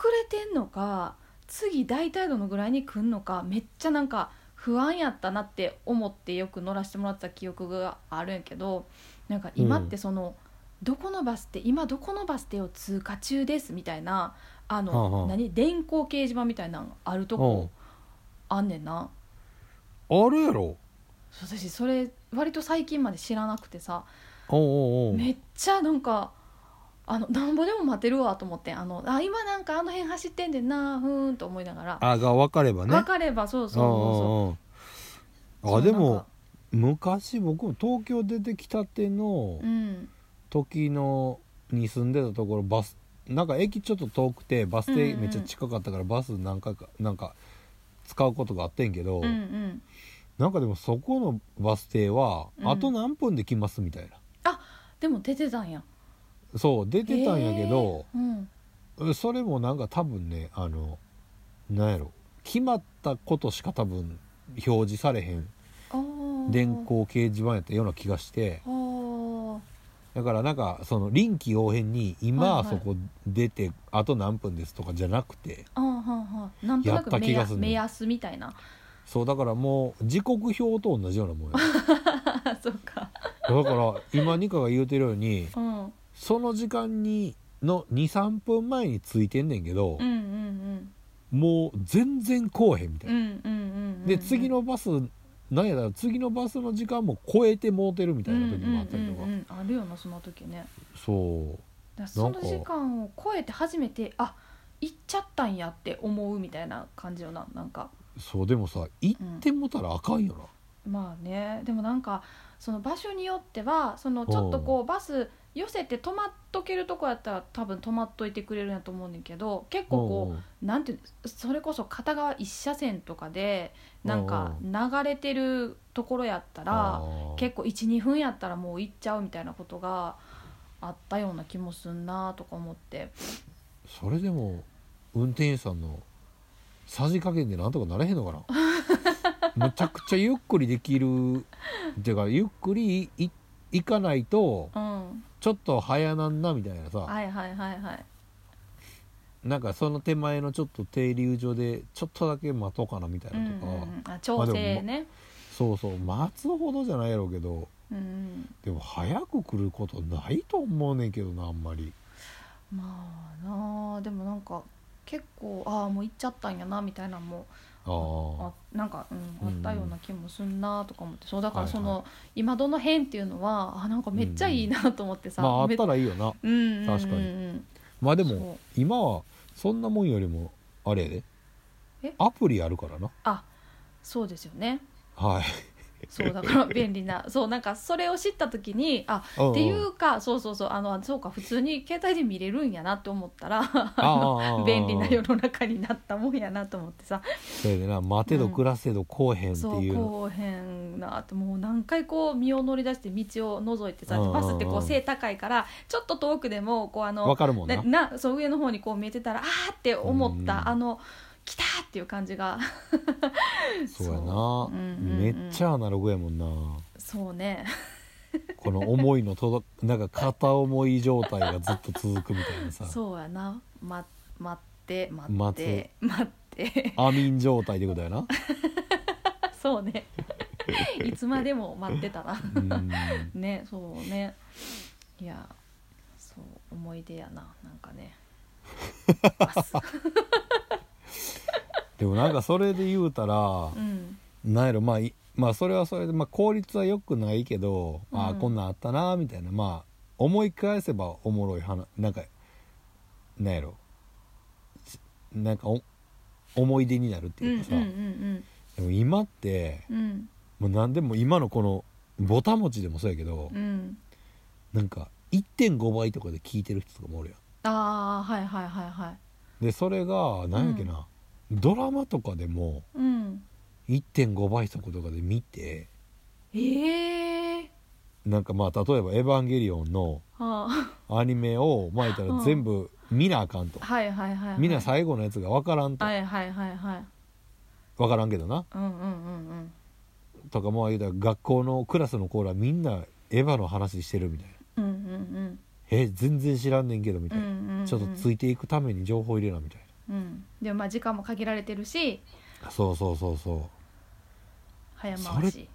[SPEAKER 2] てんのか次大体どのぐらいに来んのかめっちゃなんか不安やったなって思ってよく乗らせてもらってた記憶があるんやけどなんか今ってその、どこのバス停今どこのバス停を通過中ですみたいなあの、
[SPEAKER 1] はあはあ
[SPEAKER 2] 何電光掲示板みたいなのあると
[SPEAKER 1] おう
[SPEAKER 2] こあんねんな。
[SPEAKER 1] あるやろ
[SPEAKER 2] 私それ割と最近まで知らなくてさ
[SPEAKER 1] おうおうおう
[SPEAKER 2] めっちゃなんかあのなんぼでも待てるわと思ってあのあ今なんかあの辺走ってんでんなふーんと思いながら、
[SPEAKER 1] あが分かればね
[SPEAKER 2] 分かればそうそうそ
[SPEAKER 1] おう
[SPEAKER 2] う
[SPEAKER 1] おうおう
[SPEAKER 2] そう
[SPEAKER 1] あで
[SPEAKER 2] なん
[SPEAKER 1] も
[SPEAKER 2] か
[SPEAKER 1] 昔僕も東京出てきたての
[SPEAKER 2] ううん
[SPEAKER 1] 時のに住んでたところバスなんか駅ちょっと遠くてバス停めっちゃ近かったからバス何回かなんか使うことがあってんけど、
[SPEAKER 2] うんうん
[SPEAKER 1] なんかでもそこのバス停は
[SPEAKER 2] うん
[SPEAKER 1] あと何分で来ますみたいな、
[SPEAKER 2] でも出てたんや
[SPEAKER 1] そう出てたんやけど、
[SPEAKER 2] へーうん
[SPEAKER 1] それもなんか多分ねあのなんやろ決まったことしか多分表示されへん
[SPEAKER 2] あー
[SPEAKER 1] 電光掲示板やったような気がして
[SPEAKER 2] あー
[SPEAKER 1] だからなんかその臨機応変に今
[SPEAKER 2] はいは
[SPEAKER 1] そ
[SPEAKER 2] い
[SPEAKER 1] こ出てあと何分ですとかじゃなくて
[SPEAKER 2] あーはんはんなんとな
[SPEAKER 1] や
[SPEAKER 2] く
[SPEAKER 1] った
[SPEAKER 2] 目
[SPEAKER 1] 気が
[SPEAKER 2] や
[SPEAKER 1] すんね
[SPEAKER 2] 目安みたいな
[SPEAKER 1] そうだからもう時刻表と同じようなもんや
[SPEAKER 2] あそうか
[SPEAKER 1] だから今ニカが言うてるように
[SPEAKER 2] うんうん
[SPEAKER 1] その時間にの23分前についてんねんけど、
[SPEAKER 2] うんうん
[SPEAKER 1] もう全然来おへんみたい
[SPEAKER 2] うんう
[SPEAKER 1] な、
[SPEAKER 2] んうんうん
[SPEAKER 1] で次のバスなんやったら次のバスの時間も超えてもうてるみ
[SPEAKER 2] み
[SPEAKER 1] たいな時もあったりとか、
[SPEAKER 2] うんうんうんうん、あるよなそんな時ね
[SPEAKER 1] そう
[SPEAKER 2] だその時間を超えて初めてあ行っちゃったんやって思うみたいな感じよななんか
[SPEAKER 1] そうでもさ行ってもたらあかんよな、
[SPEAKER 2] まあねでもなんかその場所によってはそのちょっとこうバス寄せて止まっとけるとこやったら多分止まっといてくれるんやと思うねんけど結構こ
[SPEAKER 1] お
[SPEAKER 2] う
[SPEAKER 1] うおう
[SPEAKER 2] なんていうのそれこそ片側一車線とかでなんか流れてるところやったら
[SPEAKER 1] あー
[SPEAKER 2] 結構12分やったらもう行っちゃうみたいなことがあったような気もすんなとか思って
[SPEAKER 1] それでも運転手さんのさじ加減でなんとかなれへんの かなむちゃくちゃゆっくりできるっていうかゆっくりい行かないと
[SPEAKER 2] うん
[SPEAKER 1] ちょっと早なんだみたいなさ
[SPEAKER 2] はいはいはいはい
[SPEAKER 1] なんかその手前のちょっと停留所でちょっとだけ待とうかなみたい
[SPEAKER 2] うん
[SPEAKER 1] なとか、
[SPEAKER 2] うんうんあ調整ね
[SPEAKER 1] そうそう待つほどじゃないやろうけど
[SPEAKER 2] うん
[SPEAKER 1] でも早く来ることないと思うねんけどなあんまり
[SPEAKER 2] まあなあでもなんか結構ああもう行っちゃったんやなみたいなのも
[SPEAKER 1] ああ
[SPEAKER 2] あなんか、うん、あったような気もすんなとか思って、そうだからその、
[SPEAKER 1] はい
[SPEAKER 2] 今どの辺っていうのはあなんかめっちゃいいなと思ってさ、
[SPEAKER 1] まああっ
[SPEAKER 2] め
[SPEAKER 1] たらいいよな
[SPEAKER 2] うんうんうんうん
[SPEAKER 1] 確かにまあでも
[SPEAKER 2] そ
[SPEAKER 1] 今はそんなもんよりもあれやで
[SPEAKER 2] え
[SPEAKER 1] アプリあるからな
[SPEAKER 2] あそうですよね
[SPEAKER 1] はい
[SPEAKER 2] そうだから便 利なそうなんかそれを知った時にあ
[SPEAKER 1] っ
[SPEAKER 2] っていうかそうそうそうあのそうか普通に携帯で見れるんやなって思ったら便利な世の中になったもんやなと思ってさ
[SPEAKER 1] そうやでな待てど暮らせどこうへんって
[SPEAKER 2] そう
[SPEAKER 1] いうの
[SPEAKER 2] こうへんなってもう何回こう身を乗り出して道を覗いてさ
[SPEAKER 1] うんうんうん
[SPEAKER 2] バスってこう背高いからちょっと遠くでもこうあの
[SPEAKER 1] わかるもん
[SPEAKER 2] な
[SPEAKER 1] な
[SPEAKER 2] なそう上の方にこう見えてたらあーって思っ
[SPEAKER 1] うん
[SPEAKER 2] たあの来たっていう感じが
[SPEAKER 1] そうや
[SPEAKER 2] そう
[SPEAKER 1] な
[SPEAKER 2] うんうん
[SPEAKER 1] め
[SPEAKER 2] う
[SPEAKER 1] っ
[SPEAKER 2] ん
[SPEAKER 1] ちゃアナログやもんな
[SPEAKER 2] そうね
[SPEAKER 1] この思いの届く なんか片思い状態がずっと続くみたいなさ
[SPEAKER 2] そうやな、ま、待って待っ
[SPEAKER 1] 待
[SPEAKER 2] て
[SPEAKER 1] て
[SPEAKER 2] 待って
[SPEAKER 1] アミン状態ってことやな
[SPEAKER 2] そ うねいつまでも待ってたな
[SPEAKER 1] うん
[SPEAKER 2] ねそうねいやそう思い出やななんかねバス
[SPEAKER 1] でもなんかそれで言うたら
[SPEAKER 2] うん
[SPEAKER 1] なんやろまあいまあそれはそれで、まあ、効率は良くないけど、
[SPEAKER 2] うん
[SPEAKER 1] ああこんなんあったなみたいなまあ思い返せばおもろい話なんかなんやろしなんかお思い出になるって
[SPEAKER 2] うん
[SPEAKER 1] いううんかさ、
[SPEAKER 2] うん
[SPEAKER 1] でも今って
[SPEAKER 2] うんうん
[SPEAKER 1] もう何でも今のこのボタン持ちでもそうやけど、
[SPEAKER 2] うん
[SPEAKER 1] なんか1.5倍とかで聞いてる人とかもおるや
[SPEAKER 2] ああはいはいはいはい
[SPEAKER 1] ん。でそれが何やっけな、ドラマとかでも
[SPEAKER 2] うん
[SPEAKER 1] 1.5倍速とかで見て
[SPEAKER 2] ええー、
[SPEAKER 1] なんかまあ例えば「エヴァンゲリオン」の「
[SPEAKER 2] あ
[SPEAKER 1] アニメを巻いたら全部見なあかんと
[SPEAKER 2] あ、はいはいはい、はい、
[SPEAKER 1] みんな最後のやつが分からんと、
[SPEAKER 2] はいはいはいはい
[SPEAKER 1] 分からんけどな
[SPEAKER 2] うんうんうんうん
[SPEAKER 1] とかもう言うたら学校のクラスの子らみんなエヴァの話してるみたいな
[SPEAKER 2] うんうん
[SPEAKER 1] え全然知らんねんけどみ
[SPEAKER 2] う
[SPEAKER 1] たいな、
[SPEAKER 2] ん
[SPEAKER 1] ちょっとつ
[SPEAKER 2] い、
[SPEAKER 1] いていくために情報入れなみたい
[SPEAKER 2] うん、でもまあ時間も限られてるし
[SPEAKER 1] なそうそうそうそう
[SPEAKER 2] 早回し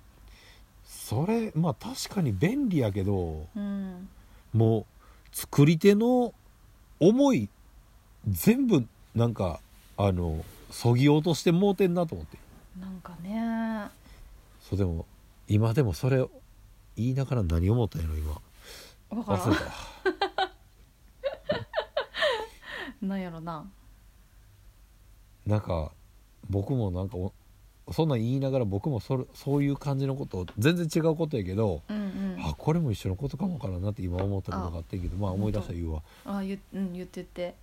[SPEAKER 1] それまあ確かに便利やけど
[SPEAKER 2] うん
[SPEAKER 1] もう作り手の思い全部なんかあのそぎ落としてもうてんなと思って
[SPEAKER 2] なんかね
[SPEAKER 1] そうでも今でもそれを言いながら何思ったんやろ今
[SPEAKER 2] わから
[SPEAKER 1] 忘れ
[SPEAKER 2] ん
[SPEAKER 1] た
[SPEAKER 2] なんやろな
[SPEAKER 1] なんか僕もなんかおそんなん言いながら僕もそれそういう感じのこと全然違うことやけど、
[SPEAKER 2] うんうん
[SPEAKER 1] あこれも一緒のことかもわからんなって今思ったことがあってんけどまあ思い出したら言うわ
[SPEAKER 2] あ言,、うん、言ってて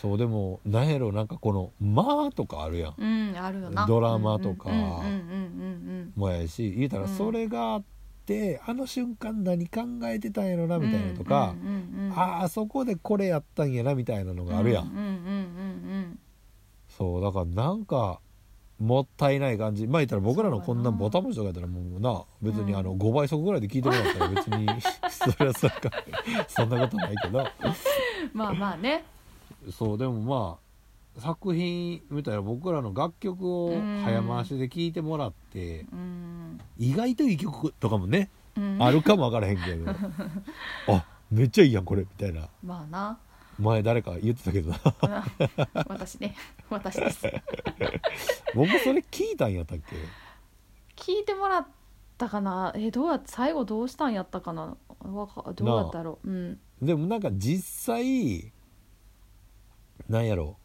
[SPEAKER 1] そうでもなんやろなんかこの「まあ」とかあるやん
[SPEAKER 2] うんあるよな
[SPEAKER 1] ドラマとか
[SPEAKER 2] うんうんうん
[SPEAKER 1] もやし言うたら
[SPEAKER 2] うん
[SPEAKER 1] それがあって、あの瞬間何考えてたんやろな
[SPEAKER 2] うんうん
[SPEAKER 1] みたいなとか、
[SPEAKER 2] うんうんうん、
[SPEAKER 1] ああそこでこれやったんやなみたいなのがあるやん
[SPEAKER 2] うんうんうん
[SPEAKER 1] そうだからなんかもったいない感じまあ言ったら僕らの
[SPEAKER 2] そ
[SPEAKER 1] こ
[SPEAKER 2] うだ
[SPEAKER 1] ん
[SPEAKER 2] な
[SPEAKER 1] なボタン文字とかやったらもうな別に
[SPEAKER 2] うん
[SPEAKER 1] あの5倍速ぐらいで聞いてもらったら別に それはそれかそんなことないけど
[SPEAKER 2] うんまあまあね
[SPEAKER 1] そうでもまあ作品みたいな僕らの楽曲を早回しで聞いてもらって
[SPEAKER 2] うん、
[SPEAKER 1] 意外といい曲とかもね
[SPEAKER 2] うん、
[SPEAKER 1] あるかもわからへんけ どあめっちゃいいやんこれみたいな
[SPEAKER 2] まあな
[SPEAKER 1] 前誰か言ってたけどな
[SPEAKER 2] うん私ね 私です
[SPEAKER 1] 僕それ聞いたんやったっけ
[SPEAKER 2] 聞いてもらったかなえどうや最後どうしたんやったかなわかどうやったろう、うん
[SPEAKER 1] でもなんか実際なんやろ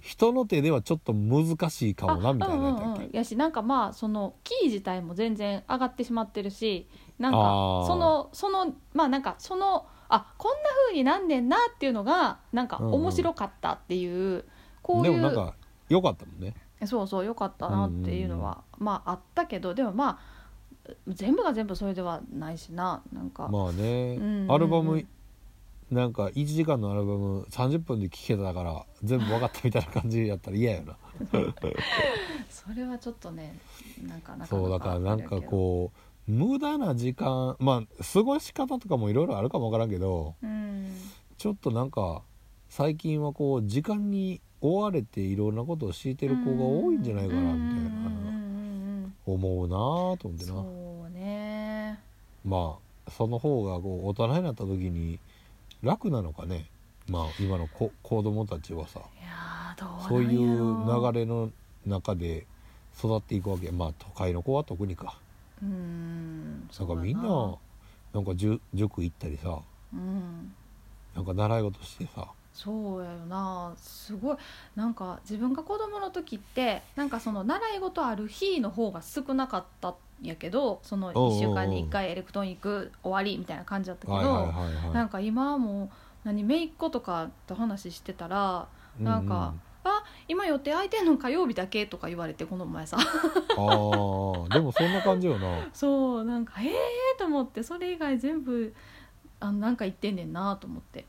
[SPEAKER 1] 人の手ではちょっと難しいか
[SPEAKER 2] あ
[SPEAKER 1] もなみたいなや
[SPEAKER 2] うん
[SPEAKER 1] つやっ
[SPEAKER 2] うん
[SPEAKER 1] け
[SPEAKER 2] うん、やしなんかまあそのキー自体も全然上がってしまってるしなんか
[SPEAKER 1] あー
[SPEAKER 2] そのそのまあなんかそのあこんな風になんねんなっていうのがなんか
[SPEAKER 1] うんうん
[SPEAKER 2] 面白かったっていう、こう
[SPEAKER 1] で
[SPEAKER 2] い
[SPEAKER 1] もなん
[SPEAKER 2] う
[SPEAKER 1] か良かったもんね
[SPEAKER 2] そうそう良かったなっていうのは、まああったけどでもまあ全部が全部それではないしななんか、
[SPEAKER 1] まあね、
[SPEAKER 2] うんうんうん
[SPEAKER 1] アルバムなんか1時間のアルバム30分で聴けたから全部分かったみたいな感じやったら嫌 やな
[SPEAKER 2] それはちょっとねなんかなかなか
[SPEAKER 1] そうだからなん
[SPEAKER 2] あ
[SPEAKER 1] か
[SPEAKER 2] れやけど
[SPEAKER 1] こう無駄な時間まあ過ごし方とかもいろいろあるかもわからんけど
[SPEAKER 2] うん
[SPEAKER 1] ちょっとなんか最近はこう時間に追われていろんなことを強いてる子が多いんじゃないかなみたい
[SPEAKER 2] うんうんうん
[SPEAKER 1] な
[SPEAKER 2] うんうん
[SPEAKER 1] 思うなぁと思ってな
[SPEAKER 2] そうね
[SPEAKER 1] まあその方がこう大人になった時に楽なのかねまあ今の子子供たちはさ
[SPEAKER 2] いやーどうなんやろ
[SPEAKER 1] そういう流れの中で育っていくわけまあ都会の子は特にか
[SPEAKER 2] うん
[SPEAKER 1] なんかみんな
[SPEAKER 2] そ
[SPEAKER 1] なんか塾塾行ったりさ
[SPEAKER 2] うやなうん
[SPEAKER 1] なんか習い事してさ
[SPEAKER 2] そうやよなすごいなんか自分が子供の時ってなんかその習い事ある日の方が少なかったんやけどその
[SPEAKER 1] おうおうおう
[SPEAKER 2] 1週間に1回エレクトニック終わりみたいな感じだったけど、
[SPEAKER 1] はいはいはい
[SPEAKER 2] な
[SPEAKER 1] は
[SPEAKER 2] んか今はもう何姪っ子とかと話してたら
[SPEAKER 1] い
[SPEAKER 2] なんか今予定空いてんの火曜日だけとか言われてこの前さ
[SPEAKER 1] うんうんああでもそんな感じよな
[SPEAKER 2] そうなんかええと思ってそれ以外全部あなんか言ってんねんなと思って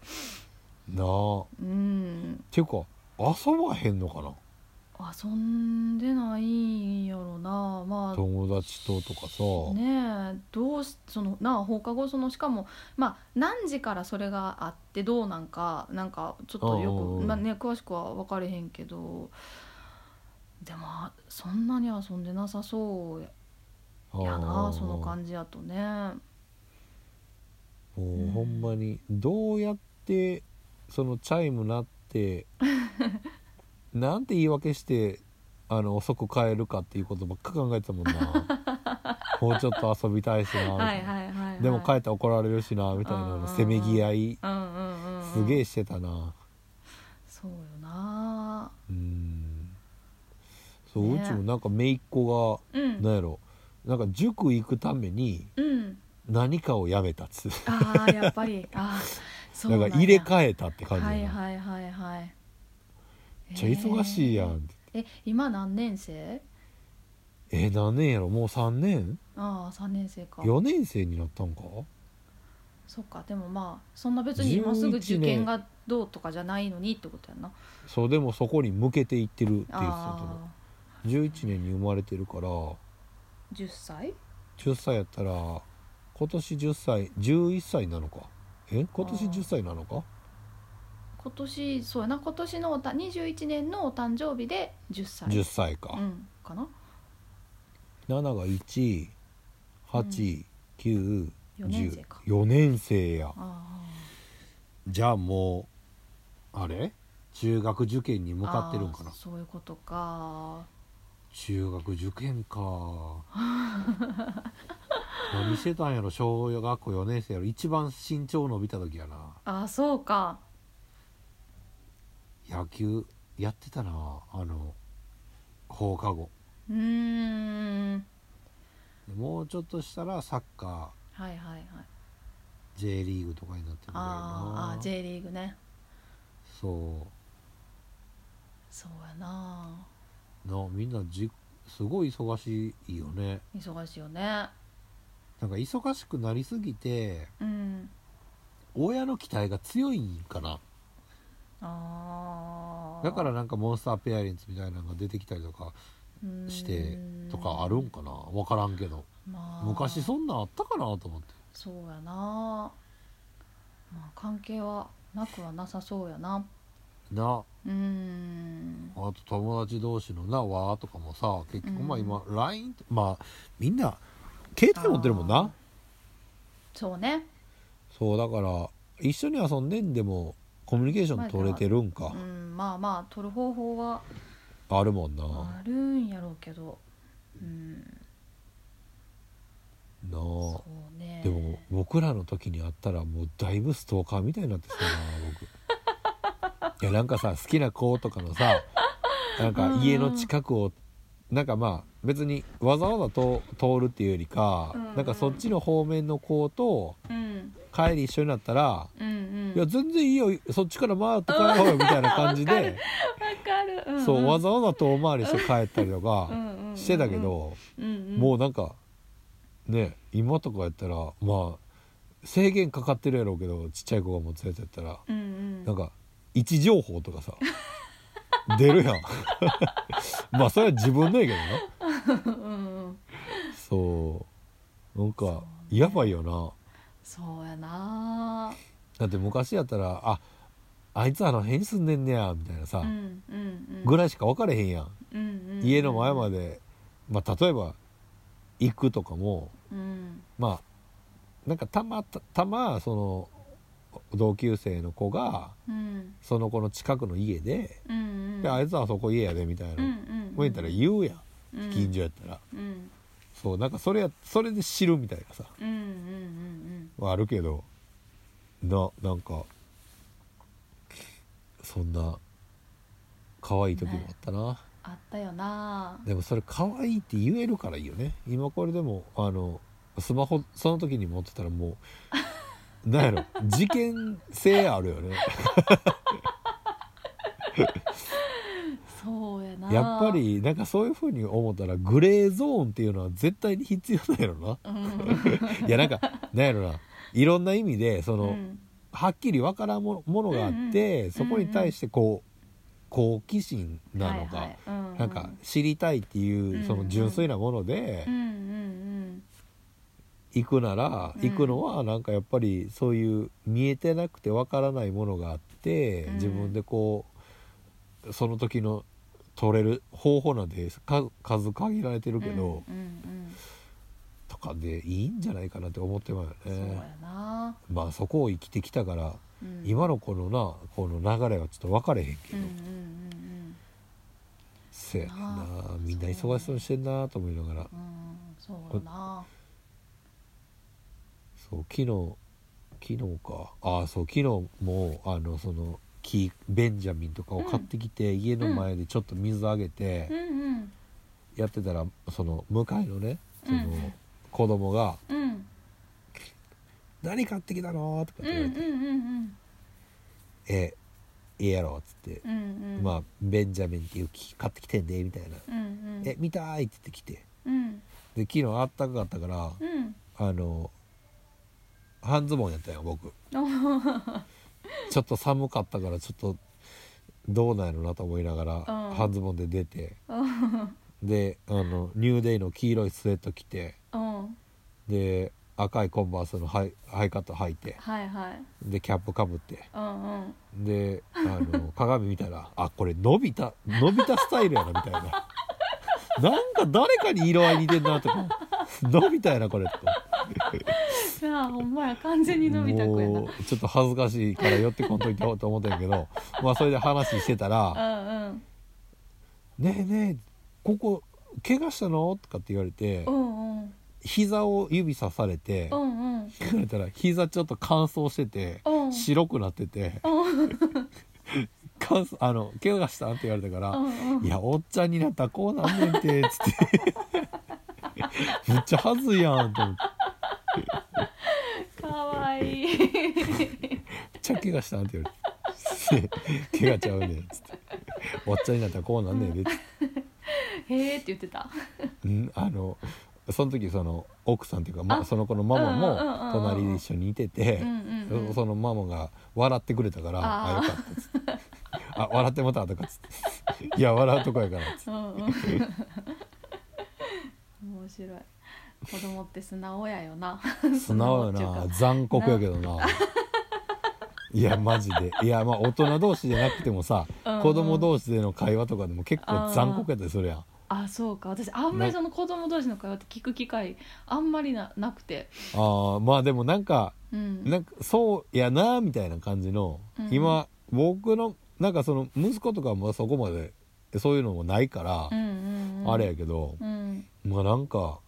[SPEAKER 1] なあ
[SPEAKER 2] うん
[SPEAKER 1] ていうか遊ばへんのかな
[SPEAKER 2] 遊んでないんやろなまあ
[SPEAKER 1] 友達ととかさ、
[SPEAKER 2] ねえどうしそのなあ放課後そのしかもまあ何時からそれがあってどうなんかなんかちょっとよ
[SPEAKER 1] うんうん
[SPEAKER 2] く、
[SPEAKER 1] うん
[SPEAKER 2] まあね、詳しくは分かれへんけどでもあそんなに遊んでなさそうや
[SPEAKER 1] あ
[SPEAKER 2] な
[SPEAKER 1] あ
[SPEAKER 2] その感じやとね
[SPEAKER 1] もうほんまにどうやってそのチャイム鳴って なんて言い訳してあの遅く帰るかっていうことばっか考えてたもんな もうちょっと遊びたいしなみたいな、
[SPEAKER 2] はいはいはい、はい、
[SPEAKER 1] でも帰って怒られるしなみたいな
[SPEAKER 2] うんうんう
[SPEAKER 1] の
[SPEAKER 2] ん
[SPEAKER 1] せめぎ合い
[SPEAKER 2] うんうんうんうん、
[SPEAKER 1] すげえしてたな
[SPEAKER 2] そうよな
[SPEAKER 1] うんそう、
[SPEAKER 2] ね
[SPEAKER 1] うちもなんか姪っ子
[SPEAKER 2] う
[SPEAKER 1] が
[SPEAKER 2] ん
[SPEAKER 1] なんやろなんか塾行くために
[SPEAKER 2] うん
[SPEAKER 1] 何かをやめたっつ
[SPEAKER 2] ああやっぱりああそ
[SPEAKER 1] なん
[SPEAKER 2] や
[SPEAKER 1] か入れ替えたって感じ
[SPEAKER 2] は
[SPEAKER 1] や
[SPEAKER 2] い
[SPEAKER 1] な
[SPEAKER 2] はいはいはい
[SPEAKER 1] めっちゃ忙しいやんって
[SPEAKER 2] えーえ今何年生
[SPEAKER 1] えー何年やろもう3年
[SPEAKER 2] ああ三年生か
[SPEAKER 1] 4年生になったんか
[SPEAKER 2] そっかでもまあそんな別に今すぐ受
[SPEAKER 1] 11年
[SPEAKER 2] 験がどうとかじゃないのにってことやな
[SPEAKER 1] そうでもそこに向けていってるっていう人だと思
[SPEAKER 2] ああ
[SPEAKER 1] う11年に生まれてるから
[SPEAKER 2] 10歳
[SPEAKER 1] 10歳やったら今年10歳11歳なのかえ今年
[SPEAKER 2] あー
[SPEAKER 1] 10歳なのか
[SPEAKER 2] 今年そうやな今年のおた21年のお誕生日で10歳
[SPEAKER 1] 10歳か、
[SPEAKER 2] うんかな
[SPEAKER 1] 7が1 8 9 1 0 4
[SPEAKER 2] 4年生か
[SPEAKER 1] 年生や
[SPEAKER 2] あ
[SPEAKER 1] じゃあもうあれ中学受験に
[SPEAKER 2] あ
[SPEAKER 1] 向かってるんかな
[SPEAKER 2] ああそういうことか
[SPEAKER 1] 中学受験か 何してたんやろ小学校4年生やろ一番身長伸びた時やな
[SPEAKER 2] ああそうか
[SPEAKER 1] 野球やってたなあの放課後
[SPEAKER 2] うーん
[SPEAKER 1] もうちょっとしたらサッカ
[SPEAKER 2] はいはいはい
[SPEAKER 1] ー J リーグとかになってるんだよ
[SPEAKER 2] あー
[SPEAKER 1] な
[SPEAKER 2] あー J リーグね
[SPEAKER 1] そ
[SPEAKER 2] そうやな
[SPEAKER 1] うなみんなじすごい忙しいよね
[SPEAKER 2] 忙しいよね
[SPEAKER 1] なんか忙しくなりすぎて
[SPEAKER 2] うん
[SPEAKER 1] 親の期待が強いんかな
[SPEAKER 2] ああ
[SPEAKER 1] だからなんかモンスターペアレンツみたいなのが出てきたりとかしてとかあるんかな分からんけど
[SPEAKER 2] まあ
[SPEAKER 1] 昔
[SPEAKER 2] そ
[SPEAKER 1] そんなんあったかなと思って
[SPEAKER 2] うやなまあ関係はなくはなさそうやな
[SPEAKER 1] な
[SPEAKER 2] うーん
[SPEAKER 1] あと友達同士のなわーとかもさ結局まあ
[SPEAKER 2] うん
[SPEAKER 1] 今 LINE ってまあみんな携帯持ってるもん
[SPEAKER 2] あー
[SPEAKER 1] な
[SPEAKER 2] そうね
[SPEAKER 1] そうだから一緒に遊んでんでもコミュニケーション取れてるんか
[SPEAKER 2] うんまあまあ取る方法は
[SPEAKER 1] あるもんな
[SPEAKER 2] あるんやろうけどうん
[SPEAKER 1] な
[SPEAKER 2] そ
[SPEAKER 1] あ
[SPEAKER 2] うね
[SPEAKER 1] でも僕らの時に会ったらもうだいぶストーカーみたいになってそうだな 僕いやなんかさ好きな子とかのさなんか家の近くをなんかまあ別にわざわざと通るっていうよりか、
[SPEAKER 2] うん
[SPEAKER 1] なんかそっちの方面の子と
[SPEAKER 2] うん
[SPEAKER 1] 帰り一緒になったら
[SPEAKER 2] うんうん
[SPEAKER 1] 「いや全然いいよそっちから回って帰ろうよ」みたいな感じ
[SPEAKER 2] わかる
[SPEAKER 1] で
[SPEAKER 2] わかる、うんうん、
[SPEAKER 1] そうわざわざ遠回りして帰ったりとかしてたけど
[SPEAKER 2] うんうん、うんうん、
[SPEAKER 1] もうなんかね今とかやったらまあ制限かかってるやろうけどちっちゃい子がもう連れてったら
[SPEAKER 2] うんうん
[SPEAKER 1] なんか位置情報とかさ 出るやん まあそれは自分のやけどな
[SPEAKER 2] うんうんうん
[SPEAKER 1] そうなん
[SPEAKER 2] そう
[SPEAKER 1] か
[SPEAKER 2] ね
[SPEAKER 1] やばいよな
[SPEAKER 2] そうやな
[SPEAKER 1] だって昔やったらああいつあの辺に住んでんねやみたいなさ、
[SPEAKER 2] うんうんうん
[SPEAKER 1] ぐらいしか分かれへんやん、
[SPEAKER 2] うんうんうん、
[SPEAKER 1] 家の前ま
[SPEAKER 2] で、
[SPEAKER 1] で、まあ、例えば行くとかも
[SPEAKER 2] うん、
[SPEAKER 1] まあなんかたまたたまその同級生の子が
[SPEAKER 2] うん
[SPEAKER 1] その子の近くの家で
[SPEAKER 2] うんう
[SPEAKER 1] 「
[SPEAKER 2] ん
[SPEAKER 1] であいつはあそこ家やで」みたい
[SPEAKER 2] うん
[SPEAKER 1] な
[SPEAKER 2] うんうん
[SPEAKER 1] こう言ったら言うやん、
[SPEAKER 2] うん
[SPEAKER 1] 近所やったら
[SPEAKER 2] うん
[SPEAKER 1] そうなんかそれやそれで知るみたいなさ
[SPEAKER 2] うんうんうん
[SPEAKER 1] はあるけどななんかそんな可愛い時もあったな、
[SPEAKER 2] あったよな
[SPEAKER 1] でもそれ可愛いって言えるからいいよね今これでもあのスマホその時に持ってたらも うなんやろ事件性あるよね
[SPEAKER 2] そうやな
[SPEAKER 1] やっぱ、りなんかそういう風に思ったらグレーゾーンっていうのは絶対に必要なんやろ な
[SPEAKER 2] うん、
[SPEAKER 1] いやなんかなんやろないろんな意味でその、
[SPEAKER 2] うん
[SPEAKER 1] はっきりわからんもものがあって、
[SPEAKER 2] うんうん
[SPEAKER 1] そこに対してこう好奇心なのか、
[SPEAKER 2] はいはいうんうん、
[SPEAKER 1] なんか知りたいって
[SPEAKER 2] うんう
[SPEAKER 1] い
[SPEAKER 2] ん
[SPEAKER 1] うその純粋なもので
[SPEAKER 2] うんうん
[SPEAKER 1] 行くなら、
[SPEAKER 2] うん
[SPEAKER 1] 行くのはなんかやっぱりそういう見えてなくてわからないものがあって、
[SPEAKER 2] うん
[SPEAKER 1] 自分でこうその時の取れる方法なんてか数限られて
[SPEAKER 2] う
[SPEAKER 1] る
[SPEAKER 2] ん
[SPEAKER 1] けど、
[SPEAKER 2] うんうん
[SPEAKER 1] とかでいいんじゃないかなって思ってます
[SPEAKER 2] うん、
[SPEAKER 1] よ
[SPEAKER 2] そう
[SPEAKER 1] ね
[SPEAKER 2] や。な、
[SPEAKER 1] まあそこを生きてきたから、
[SPEAKER 2] うん、
[SPEAKER 1] 今のこのなこの流れはちょっと分かれへんけど。
[SPEAKER 2] うんうんうん
[SPEAKER 1] せやねん
[SPEAKER 2] な
[SPEAKER 1] な
[SPEAKER 2] あ
[SPEAKER 1] みんな忙しそうにしてんなと思いながら
[SPEAKER 2] うんうんそうやな
[SPEAKER 1] そう昨日昨日かああそう昨日もあのその木ベンジャミンとかを買ってきて、家の前でちょっと水あげて
[SPEAKER 2] うんうん
[SPEAKER 1] やってたら、その向かいのねその、
[SPEAKER 2] うん
[SPEAKER 1] 子供が
[SPEAKER 2] うん
[SPEAKER 1] 「何買ってきたの?」とかって言われ
[SPEAKER 2] うんうん
[SPEAKER 1] て「
[SPEAKER 2] うん
[SPEAKER 1] えええやろ」っつって、
[SPEAKER 2] うんうん
[SPEAKER 1] まあベンジャミンっていう木買ってきてんで」みたいな
[SPEAKER 2] うんうん
[SPEAKER 1] 「え見たい」って言ってきて
[SPEAKER 2] うん
[SPEAKER 1] で昨日あったかかったから
[SPEAKER 2] うん
[SPEAKER 1] あの半ズボンやったよ 僕ちょっと寒かったからちょっとどうなんやろなと思いながら、
[SPEAKER 2] うん
[SPEAKER 1] 半ズボンで出てであのニューデイの黄色いスウェット着て
[SPEAKER 2] うん
[SPEAKER 1] で赤いコンバースのハイハイカット履いて
[SPEAKER 2] はいはい
[SPEAKER 1] でキャップかぶって
[SPEAKER 2] うんうん
[SPEAKER 1] であ の鏡見たらあこれ伸びた伸びたスタイルやなみたいななんか誰かに色合い似てんなとか伸びたやなこれとか。
[SPEAKER 2] いやほんまや完全に伸びた子やな
[SPEAKER 1] もうちょっと恥ずかしいから寄ってこんといてよと思ったんやけど まあそれで話してたら
[SPEAKER 2] うん
[SPEAKER 1] 「ねえねえここ怪我したの?」とかって言われて
[SPEAKER 2] うんうんうん
[SPEAKER 1] 膝を指さされて
[SPEAKER 2] うんうん
[SPEAKER 1] 言われたら膝ちょっと乾燥してて
[SPEAKER 2] うん
[SPEAKER 1] 白くなってて
[SPEAKER 2] うん
[SPEAKER 1] 「乾燥あの怪我した?」って言われたから
[SPEAKER 2] う
[SPEAKER 1] 「
[SPEAKER 2] ん
[SPEAKER 1] いやおっちゃんになったらこうなんねんて」つって「むっちゃ恥ずいやん」と思って
[SPEAKER 2] かわいい
[SPEAKER 1] 「めっちゃ怪我したん?」って言われて「 怪我ちゃうねん」つって「おっちゃんになったらこうなんねんで」つって
[SPEAKER 2] へーって言ってた
[SPEAKER 1] うんあのその時その奥さんっていうか、ま、
[SPEAKER 2] あ
[SPEAKER 1] その子のママ
[SPEAKER 2] うんうんうんう
[SPEAKER 1] も
[SPEAKER 2] ん
[SPEAKER 1] 隣で一緒にいてて
[SPEAKER 2] うんうんうん
[SPEAKER 1] そのママが笑ってくれたから「あ
[SPEAKER 2] あー
[SPEAKER 1] よかった」っつって「あ笑ってもた」とかっつって「いや笑うとこやから」っつって
[SPEAKER 2] うんうん面白い子供って素直やよな
[SPEAKER 1] 素直や
[SPEAKER 2] 素直っ
[SPEAKER 1] な
[SPEAKER 2] ていうか
[SPEAKER 1] 残酷やけどな。いやマジでいやまあ大人同士じゃなくてもさ、
[SPEAKER 2] うんうん
[SPEAKER 1] 子供同士での会話とかでも結構残酷やったりするやん
[SPEAKER 2] あそうか私あんまり
[SPEAKER 1] な
[SPEAKER 2] その子供同士の会話って聞く機会あんまりななくて
[SPEAKER 1] あーまあでもなんか
[SPEAKER 2] うん
[SPEAKER 1] なんかそうやなみたいな感じの、
[SPEAKER 2] うん
[SPEAKER 1] 今僕のなんかその息子とかもそこまでそういうのもないから
[SPEAKER 2] う、んうんうん
[SPEAKER 1] あれやけど、
[SPEAKER 2] うん
[SPEAKER 1] まあなんか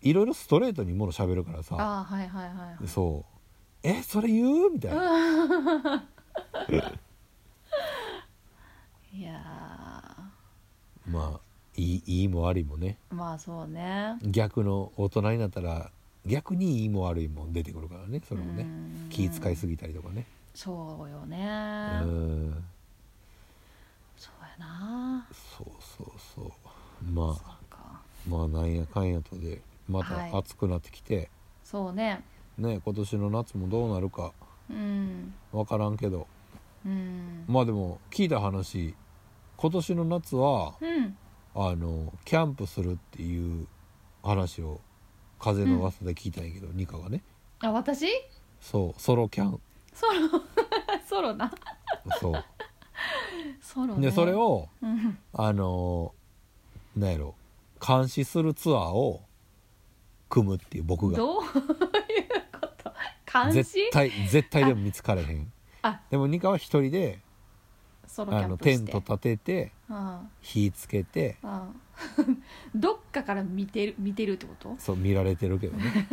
[SPEAKER 1] いろいろストレートにもの喋るからさ
[SPEAKER 2] あはいはいはいはい
[SPEAKER 1] そう「えそれ言う?」みたいな、
[SPEAKER 2] いや
[SPEAKER 1] まあいいいいも悪いもね
[SPEAKER 2] ーまあそうね
[SPEAKER 1] 逆の大人になったら逆にいいも悪いも出てくるからねそれもね
[SPEAKER 2] うん
[SPEAKER 1] 気使いすぎたりとかね
[SPEAKER 2] そうよね
[SPEAKER 1] うん
[SPEAKER 2] そうやな
[SPEAKER 1] そうそうそうま
[SPEAKER 2] そ
[SPEAKER 1] あ
[SPEAKER 2] うか
[SPEAKER 1] まあなんやかんやとでま
[SPEAKER 2] はい
[SPEAKER 1] た暑くなってきて、
[SPEAKER 2] そうね
[SPEAKER 1] ね今年の夏もどうなるか
[SPEAKER 2] うん
[SPEAKER 1] 分からんけど
[SPEAKER 2] うん、
[SPEAKER 1] まあでも聞いた話今年の夏は
[SPEAKER 2] うん
[SPEAKER 1] あのキャンプするっていう話を風の噂で聞いたんやけど、ニカがね
[SPEAKER 2] あ私
[SPEAKER 1] そうソロキャン
[SPEAKER 2] ソロソロな
[SPEAKER 1] そう
[SPEAKER 2] ソロ、ね、
[SPEAKER 1] でそれ、を
[SPEAKER 2] うん、
[SPEAKER 1] あのなんやろ監視するツアーを組むっていう僕が
[SPEAKER 2] どう いうこと監視
[SPEAKER 1] 絶対絶対でも見つかれへん
[SPEAKER 2] あ
[SPEAKER 1] でもニカは一人で
[SPEAKER 2] ソロキ
[SPEAKER 1] あ
[SPEAKER 2] ャ
[SPEAKER 1] の
[SPEAKER 2] ンプして
[SPEAKER 1] テント立てて
[SPEAKER 2] うん
[SPEAKER 1] 火つけて
[SPEAKER 2] あ どっかから見てる見てるってこと
[SPEAKER 1] そう見られてるけど ね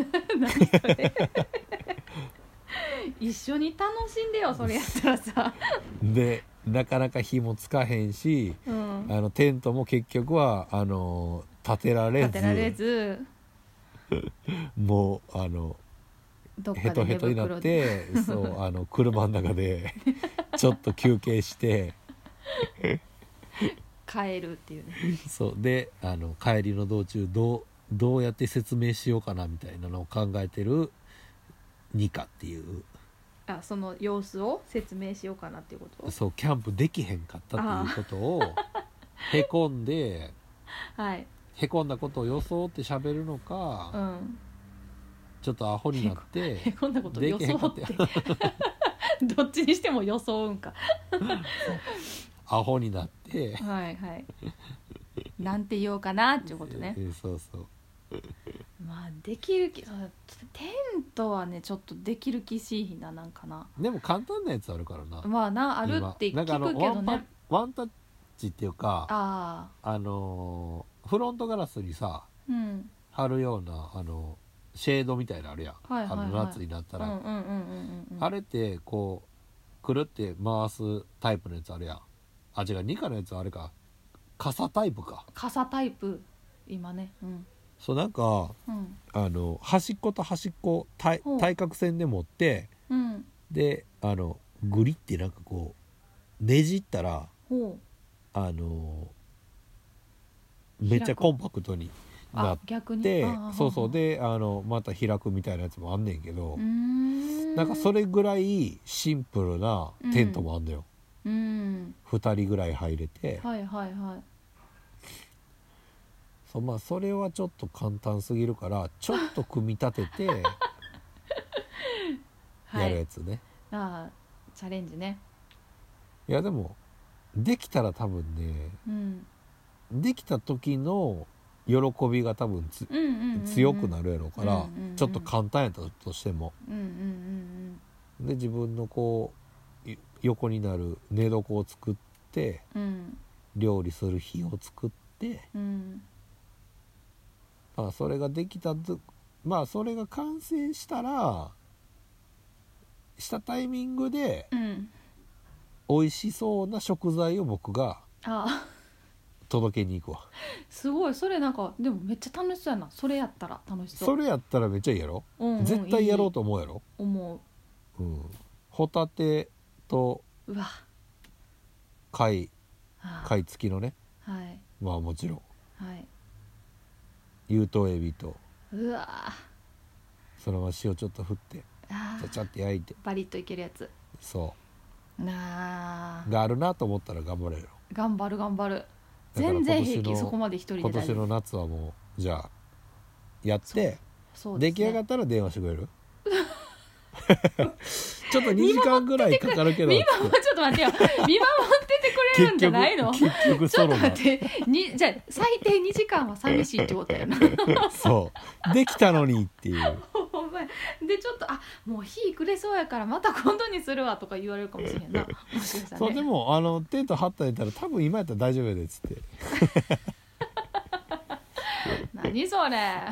[SPEAKER 2] 一緒に楽しんでよそれやったらさ、
[SPEAKER 1] でなかなか火もつかへんし
[SPEAKER 2] うん、
[SPEAKER 1] あのテントも結局はあの立てられず
[SPEAKER 2] 立てられず
[SPEAKER 1] もうあの
[SPEAKER 2] どっ
[SPEAKER 1] ヘ
[SPEAKER 2] か
[SPEAKER 1] ト
[SPEAKER 2] で
[SPEAKER 1] ヘ
[SPEAKER 2] 寝
[SPEAKER 1] トにな
[SPEAKER 2] 袋
[SPEAKER 1] っ
[SPEAKER 2] で
[SPEAKER 1] てそうあの車の中 でちょっと休憩して
[SPEAKER 2] 帰るっていうね
[SPEAKER 1] そうであの帰りの道中どうどうやって説明しようかなみたいなのを考えてるニカっていう
[SPEAKER 2] あその様子を説明しようかなっていうこと
[SPEAKER 1] そうキャンプできへんかったっていうことをへこんで
[SPEAKER 2] はい
[SPEAKER 1] へこんだことを装って喋るのか、
[SPEAKER 2] うん
[SPEAKER 1] ちょっとアホになって
[SPEAKER 2] へこんなこと
[SPEAKER 1] で
[SPEAKER 2] 予
[SPEAKER 1] きへん
[SPEAKER 2] 想
[SPEAKER 1] かっ
[SPEAKER 2] ったて
[SPEAKER 1] よ
[SPEAKER 2] どっちにしても 予想うんか
[SPEAKER 1] アホになって
[SPEAKER 2] はいはいなんて言おうかなっていうことね
[SPEAKER 1] そうそう
[SPEAKER 2] まあできる気そうテントはねちょっとできる気しいひななんかな
[SPEAKER 1] でも簡単なやつあるからな
[SPEAKER 2] まあなあるって
[SPEAKER 1] 今な
[SPEAKER 2] 聞
[SPEAKER 1] んかあの
[SPEAKER 2] くけど
[SPEAKER 1] ワン
[SPEAKER 2] ね
[SPEAKER 1] パワンタッチっていうかあ
[SPEAKER 2] あ
[SPEAKER 1] のーフロントガラスにさ
[SPEAKER 2] あうん
[SPEAKER 1] 貼るようなあのシェードみたいなのあるやん、
[SPEAKER 2] はいはいはい
[SPEAKER 1] あの夏になった
[SPEAKER 2] うん
[SPEAKER 1] ら、
[SPEAKER 2] うんうんうんうん
[SPEAKER 1] あれってこうくるって回すタイプのやつあるやんあ違うニカのやつはあれか傘タイプか
[SPEAKER 2] 傘タイプ今ねうん
[SPEAKER 1] そうなんか
[SPEAKER 2] うん
[SPEAKER 1] あの端っこと端っこ対
[SPEAKER 2] ほう
[SPEAKER 1] 対角線で持って
[SPEAKER 2] うん
[SPEAKER 1] であのグリってなんかこうねじったら
[SPEAKER 2] ほ
[SPEAKER 1] あのめっちゃコンパクトに
[SPEAKER 2] う
[SPEAKER 1] な
[SPEAKER 2] あ
[SPEAKER 1] っ
[SPEAKER 2] 逆に
[SPEAKER 1] て
[SPEAKER 2] あー
[SPEAKER 1] そうそう
[SPEAKER 2] は
[SPEAKER 1] であのまた開くみたいなやつもあんねんけど
[SPEAKER 2] あはあうー、ん
[SPEAKER 1] なんかそれぐらいシンプルなテントもあんのよ、
[SPEAKER 2] うん
[SPEAKER 1] 2人ぐらい入れて、
[SPEAKER 2] はいはいはい
[SPEAKER 1] そうまあそれはちょっと簡単すぎるからちょっと組み立てて
[SPEAKER 2] は
[SPEAKER 1] やる
[SPEAKER 2] い
[SPEAKER 1] やつね、い、
[SPEAKER 2] ああチャレンジね
[SPEAKER 1] やでもできたら多分ね
[SPEAKER 2] うん
[SPEAKER 1] できた時の喜びが多分つ
[SPEAKER 2] うんうんうんうん
[SPEAKER 1] 強くなるやろうから、
[SPEAKER 2] うんうんうん
[SPEAKER 1] ちょっと簡単やったとしても
[SPEAKER 2] うんうんうん
[SPEAKER 1] で自分のこうい横になる寝床を作って
[SPEAKER 2] うんうん
[SPEAKER 1] 料理する火を作って、
[SPEAKER 2] うん
[SPEAKER 1] まあ、それができたとまあそれが完成したらしたタイミングで
[SPEAKER 2] うん
[SPEAKER 1] 美味しそうな食材を僕が
[SPEAKER 2] ああ
[SPEAKER 1] 届けに行くわ
[SPEAKER 2] すごいそれなんかでもめっちゃ楽しそうやなそれやったら楽しそ
[SPEAKER 1] そ
[SPEAKER 2] う
[SPEAKER 1] れやったらめっちゃいいやろ、
[SPEAKER 2] うんうん
[SPEAKER 1] 絶対やろうと思うやろ、
[SPEAKER 2] いい思
[SPEAKER 1] うん、ホタテと
[SPEAKER 2] ううわ
[SPEAKER 1] 貝
[SPEAKER 2] ああ
[SPEAKER 1] 貝付きのね
[SPEAKER 2] はい
[SPEAKER 1] まあもちろん
[SPEAKER 2] はい
[SPEAKER 1] 有頭エビと
[SPEAKER 2] うわ
[SPEAKER 1] そのまま塩ちょっと振って
[SPEAKER 2] あ
[SPEAKER 1] ちゃちゃって焼いて
[SPEAKER 2] バリッといけるやつ
[SPEAKER 1] そ
[SPEAKER 2] なあ
[SPEAKER 1] うがあるなと思ったら頑張れる
[SPEAKER 2] 頑張る頑張る
[SPEAKER 1] だから
[SPEAKER 2] 全然平
[SPEAKER 1] 今年
[SPEAKER 2] 気
[SPEAKER 1] の
[SPEAKER 2] そこまで一人で
[SPEAKER 1] 今
[SPEAKER 2] 大
[SPEAKER 1] 年
[SPEAKER 2] 丈夫
[SPEAKER 1] の夏はもうじゃあやって
[SPEAKER 2] そうで
[SPEAKER 1] 出
[SPEAKER 2] す
[SPEAKER 1] 来上が
[SPEAKER 2] ね
[SPEAKER 1] ったら電話してくれ るちょっと2時間ぐらいかかるけど
[SPEAKER 2] 見守ってちょっと待っ てよ見守っててくれるんじゃないの
[SPEAKER 1] 結局結局
[SPEAKER 2] ちょ
[SPEAKER 1] ソ
[SPEAKER 2] っと
[SPEAKER 1] ロなの
[SPEAKER 2] 待ってにじゃあ最低2時間は寂しいってこと やな
[SPEAKER 1] そうできたのにっていう
[SPEAKER 2] お前でちょっとあもう火くれそうやからまた今度にするわとか言われるかもしれんなもしかした
[SPEAKER 1] そう
[SPEAKER 2] ら
[SPEAKER 1] で
[SPEAKER 2] ね
[SPEAKER 1] もあのテント張ったんやったら多分今やったら大丈夫やでっつって
[SPEAKER 2] 何それ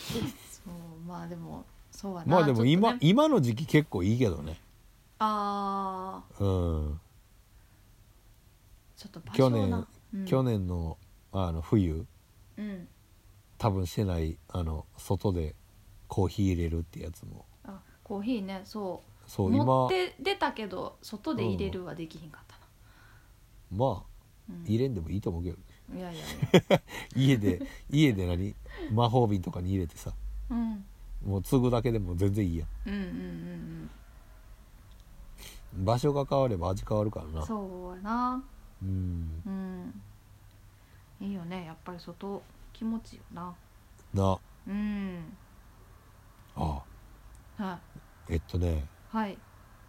[SPEAKER 2] そうまあでもそうやな
[SPEAKER 1] まあで
[SPEAKER 2] ちょっ
[SPEAKER 1] も
[SPEAKER 2] とね
[SPEAKER 1] 今、今の時期結構いいけどね
[SPEAKER 2] ああ
[SPEAKER 1] うん
[SPEAKER 2] ちょっと場
[SPEAKER 1] 去
[SPEAKER 2] 所な
[SPEAKER 1] 年、
[SPEAKER 2] うん
[SPEAKER 1] 去年のあの冬
[SPEAKER 2] うん
[SPEAKER 1] 多分してないあの外でコーヒー入れるってやつも
[SPEAKER 2] あコーヒーねそ
[SPEAKER 1] そうう
[SPEAKER 2] 持
[SPEAKER 1] 今
[SPEAKER 2] って出たけど外で入れるはできひんかったな、
[SPEAKER 1] まあ
[SPEAKER 2] うん
[SPEAKER 1] 入れんでもいいと思うけどね
[SPEAKER 2] いやいやいや、
[SPEAKER 1] 家で家で何魔法瓶とかに入れてさ
[SPEAKER 2] うん、
[SPEAKER 1] もう継ぐだけでも全然いいや
[SPEAKER 2] うんうんうん
[SPEAKER 1] ん場所が変われば味変わるから
[SPEAKER 2] うん
[SPEAKER 1] な
[SPEAKER 2] そうやな
[SPEAKER 1] うん
[SPEAKER 2] うんいいよねやっぱり外気持ちいいよな
[SPEAKER 1] な
[SPEAKER 2] うん
[SPEAKER 1] あ
[SPEAKER 2] は
[SPEAKER 1] えっとね
[SPEAKER 2] いはい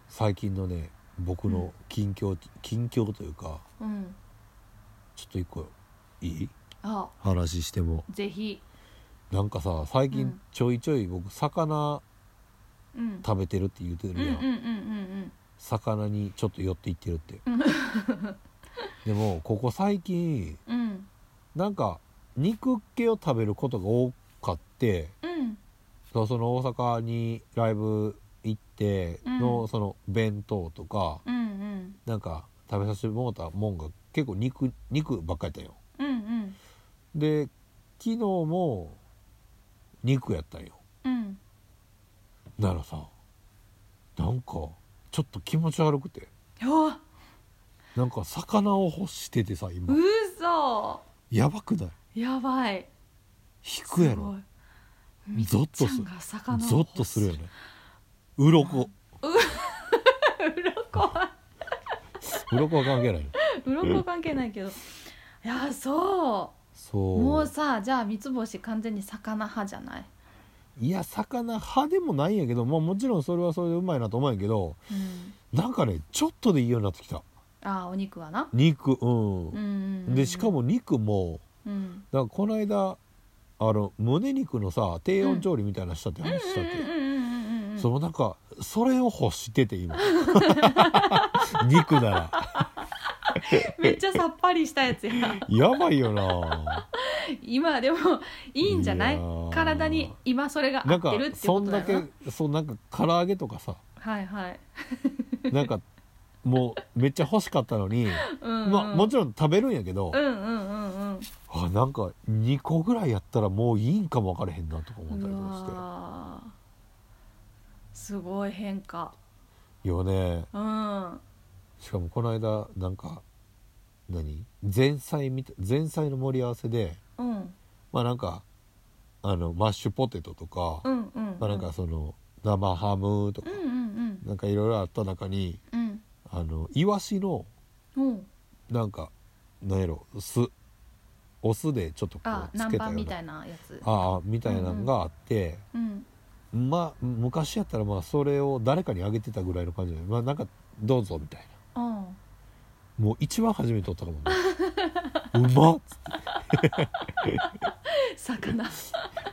[SPEAKER 1] 最近のね僕の近況、近況というか
[SPEAKER 2] うん
[SPEAKER 1] ちょっと一個いい
[SPEAKER 2] あ
[SPEAKER 1] 話しても
[SPEAKER 2] ぜひ
[SPEAKER 1] なんかさ最
[SPEAKER 2] う
[SPEAKER 1] 近
[SPEAKER 2] ん
[SPEAKER 1] ちょいちょい僕魚
[SPEAKER 2] うん
[SPEAKER 1] 食べてるって言って
[SPEAKER 2] うん
[SPEAKER 1] る
[SPEAKER 2] うん
[SPEAKER 1] や、
[SPEAKER 2] うんんうん
[SPEAKER 1] 魚にちょっと寄っていってるって
[SPEAKER 2] うん
[SPEAKER 1] でもここ最近
[SPEAKER 2] うんうん
[SPEAKER 1] なんか肉系を食べることが多かって
[SPEAKER 2] うん
[SPEAKER 1] そうその大阪にライブ行っての、
[SPEAKER 2] うん
[SPEAKER 1] その弁当とか
[SPEAKER 2] うんうん
[SPEAKER 1] なんか食べさせてもらったもんが結構肉肉ばっかりやったんよ
[SPEAKER 2] うんうん
[SPEAKER 1] で昨日も肉やったんよ
[SPEAKER 2] うん
[SPEAKER 1] ならさなんかちょっと気持ち悪くて
[SPEAKER 2] よ
[SPEAKER 1] なんか魚を欲しててさ今
[SPEAKER 2] うそ
[SPEAKER 1] やばくない
[SPEAKER 2] やばい
[SPEAKER 1] 引くや
[SPEAKER 2] すご
[SPEAKER 1] ろ
[SPEAKER 2] いみっ
[SPEAKER 1] ゾッと
[SPEAKER 2] ち
[SPEAKER 1] す
[SPEAKER 2] ゃ
[SPEAKER 1] る
[SPEAKER 2] んが魚を
[SPEAKER 1] ゾッとするよね鱗
[SPEAKER 2] 鱗は
[SPEAKER 1] 鱗は関係ないの
[SPEAKER 2] 鱗関係ないけどいやそ
[SPEAKER 1] そう
[SPEAKER 2] うもうさじゃあ三つ星完全に魚派じゃない
[SPEAKER 1] いや魚派でもないんやけど、まあ、もちろんそれはそれでうまいなと思うんやけど
[SPEAKER 2] うん
[SPEAKER 1] なんかねちょっとでいいようになってきた
[SPEAKER 2] あーお肉はな
[SPEAKER 1] 肉うん、
[SPEAKER 2] うんうんうん
[SPEAKER 1] でしかも肉も
[SPEAKER 2] うん
[SPEAKER 1] なんかこの間あの胸肉のさ低温調理みたいなのしたって話したっ
[SPEAKER 2] うん
[SPEAKER 1] け、
[SPEAKER 2] うんうんうんうん
[SPEAKER 1] そのなんかそれを欲してて今肉なら
[SPEAKER 2] めっちゃさっぱりしたやつや
[SPEAKER 1] やばいよな
[SPEAKER 2] 今でもいいんじゃない
[SPEAKER 1] いやー
[SPEAKER 2] 体に今それが合
[SPEAKER 1] なん
[SPEAKER 2] っ
[SPEAKER 1] か
[SPEAKER 2] てるって
[SPEAKER 1] そ
[SPEAKER 2] こ
[SPEAKER 1] ん
[SPEAKER 2] と
[SPEAKER 1] だ
[SPEAKER 2] やな
[SPEAKER 1] けそうなんか唐揚げとかさ
[SPEAKER 2] はいはい、
[SPEAKER 1] なんかもうめっちゃ欲しかったのに、
[SPEAKER 2] うんうん、
[SPEAKER 1] まあもちろん食べるんやけど、
[SPEAKER 2] うんうんうん
[SPEAKER 1] あなんか2個ぐらいやったらもういいんかも分からへんなとか思っ
[SPEAKER 2] うん
[SPEAKER 1] たり
[SPEAKER 2] う
[SPEAKER 1] とかして
[SPEAKER 2] わーすごい変化
[SPEAKER 1] よね
[SPEAKER 2] うん
[SPEAKER 1] しかもこの間なんか何前菜みた前菜の盛り合わせで
[SPEAKER 2] うん
[SPEAKER 1] まあなんかあのマッシュポテトとか、
[SPEAKER 2] うんうん
[SPEAKER 1] まあなんかその生ハムとか
[SPEAKER 2] うん、うん
[SPEAKER 1] なんかいろいろあった中に
[SPEAKER 2] うんうん
[SPEAKER 1] あのイワシの
[SPEAKER 2] うん
[SPEAKER 1] なんかなんやろ酢お酢でちょっとこ
[SPEAKER 2] あ
[SPEAKER 1] うつ
[SPEAKER 2] 南
[SPEAKER 1] けた
[SPEAKER 2] 蛮
[SPEAKER 1] よう
[SPEAKER 2] み
[SPEAKER 1] な
[SPEAKER 2] たいなやつ
[SPEAKER 1] ああみたいなのがあって。
[SPEAKER 2] うん
[SPEAKER 1] まあ昔やったらまあそれを誰かにあげてたぐらいの感じでまあなんかどうぞみたい
[SPEAKER 2] うん
[SPEAKER 1] なもう一番初めて撮ったかも ねうまっつって
[SPEAKER 2] 魚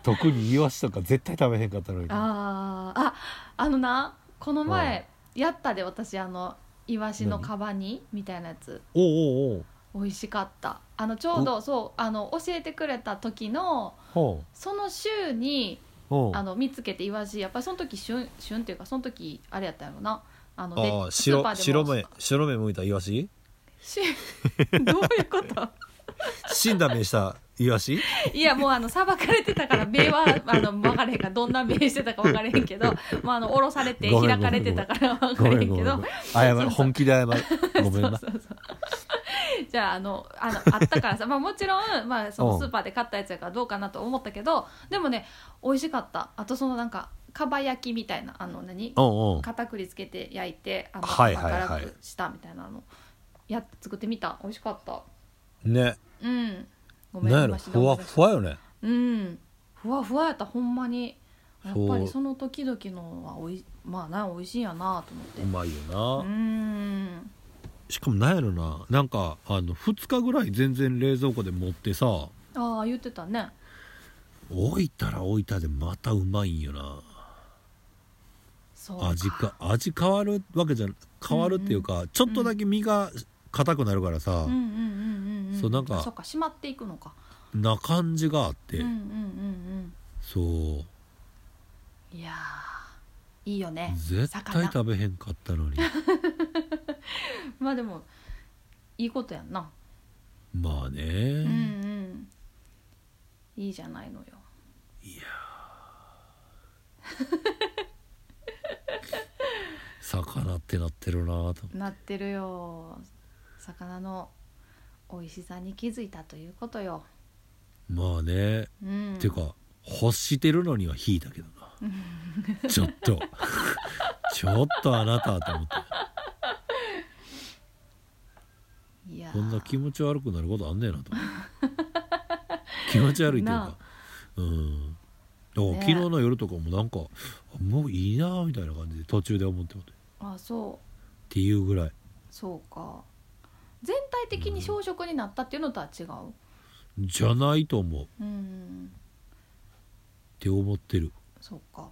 [SPEAKER 1] 特にイワシとか絶対食べへんかったのに
[SPEAKER 2] あーああのなこの前やったで私あのイワシのカバ煮みたいなやつ
[SPEAKER 1] おうおう
[SPEAKER 2] 美味しかったあのちょうどそうあの教えてくれた時の
[SPEAKER 1] おう
[SPEAKER 2] その週に
[SPEAKER 1] ほうほう
[SPEAKER 2] あの見つけてイワシやっぱりその時旬旬っていうかその時あれやったやろなあので
[SPEAKER 1] ああ
[SPEAKER 2] スーパー
[SPEAKER 1] 白
[SPEAKER 2] でも
[SPEAKER 1] 白目白目向いたイワ シ
[SPEAKER 2] しどういうこと
[SPEAKER 1] 死んだ目したイワシ
[SPEAKER 2] いやもうあの裁かれてたから目はあの分からへんからどんな目してたか分からへんけ ど、まあ、あの下ろされて
[SPEAKER 1] ごめん
[SPEAKER 2] 開かれてたから分
[SPEAKER 1] ご
[SPEAKER 2] から
[SPEAKER 1] め
[SPEAKER 2] へ
[SPEAKER 1] ん
[SPEAKER 2] ん
[SPEAKER 1] ごめ
[SPEAKER 2] け
[SPEAKER 1] んご
[SPEAKER 2] ど
[SPEAKER 1] めん謝る 本気で謝るごめんな
[SPEAKER 2] そうそうそうじゃああのあのあったからさ、まあ、もちろん、まあ、そのスーパーで買ったやつやからどうかなと思ったけどでもね美味しかったあとそのなんかかば焼きみたいなあの何
[SPEAKER 1] うんうん
[SPEAKER 2] 片栗つけて焼いてあの
[SPEAKER 1] はいはいはい
[SPEAKER 2] 辛くしたみたいなのやって作ってみた美味しかった
[SPEAKER 1] ね
[SPEAKER 2] うんごめん
[SPEAKER 1] なんやろ
[SPEAKER 2] 今しで
[SPEAKER 1] ふわ
[SPEAKER 2] 思い出した
[SPEAKER 1] ふわよね
[SPEAKER 2] うんふわふわやったほんまにやっぱ
[SPEAKER 1] そ
[SPEAKER 2] り
[SPEAKER 1] う
[SPEAKER 2] その時々のはおいまあな美味しいんやなと思って
[SPEAKER 1] うまいよ
[SPEAKER 2] う
[SPEAKER 1] な
[SPEAKER 2] ーん
[SPEAKER 1] しかもなんやろななんかあの2日ぐらい全然冷蔵庫で持ってさ
[SPEAKER 2] ああ言ってたね
[SPEAKER 1] 置いたら置いたでまたうまいんよな
[SPEAKER 2] そう
[SPEAKER 1] 味か味変わるわけじゃ変わるっていうか、ちょっとだけ身が硬くなるからさ
[SPEAKER 2] うん、うんうんうんうん
[SPEAKER 1] そうなんか
[SPEAKER 2] そっかしまっていくのか
[SPEAKER 1] な感じがあって、
[SPEAKER 2] うんうんうん
[SPEAKER 1] そう
[SPEAKER 2] うんいやーいいよね
[SPEAKER 1] 絶対
[SPEAKER 2] 魚
[SPEAKER 1] 食べへんかったのに
[SPEAKER 2] まあでもいいことやんな
[SPEAKER 1] まあね、
[SPEAKER 2] うんうんいいじゃないのよ
[SPEAKER 1] 魚ってなってるなぁと思
[SPEAKER 2] なってるよ魚の美味しさに気づいたということよ
[SPEAKER 1] まあね、
[SPEAKER 2] うん
[SPEAKER 1] ていうか欲してるのには引いたけどなちょっ とちょっとあなたと思って
[SPEAKER 2] いやー
[SPEAKER 1] こんな気持ち悪くなることあんねえな と思って気持ち悪いっていう
[SPEAKER 2] な
[SPEAKER 1] かうんだから
[SPEAKER 2] ね
[SPEAKER 1] 昨日の夜とかもなんか、あもういいなぁみたいな感じで途中で思ってもってっ
[SPEAKER 2] あそう
[SPEAKER 1] ていうぐらい
[SPEAKER 2] そうか全体的に小食になったっていうのとは違う
[SPEAKER 1] じゃないと思うっ
[SPEAKER 2] うん
[SPEAKER 1] て思ってる
[SPEAKER 2] そうか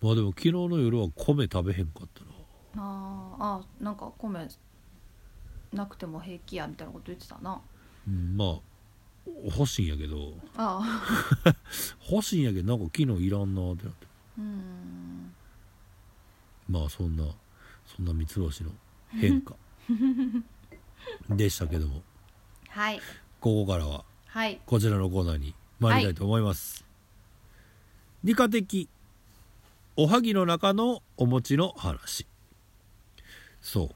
[SPEAKER 1] まあでも昨日の夜は米食べへんかったな
[SPEAKER 2] あーあなんか米なくても平気やみたいなこと言ってたな
[SPEAKER 1] うんまあ欲しいんやけど
[SPEAKER 2] ああ
[SPEAKER 1] 欲しいんやけどなんか昨日いらんなーってなって
[SPEAKER 2] うん
[SPEAKER 1] まあそんなそんな三ツ星の変化でしたけども
[SPEAKER 2] はい
[SPEAKER 1] ここからは
[SPEAKER 2] はい
[SPEAKER 1] こちらのコーナーに参りたいと思います、理科的おはぎの中のお餅の話そ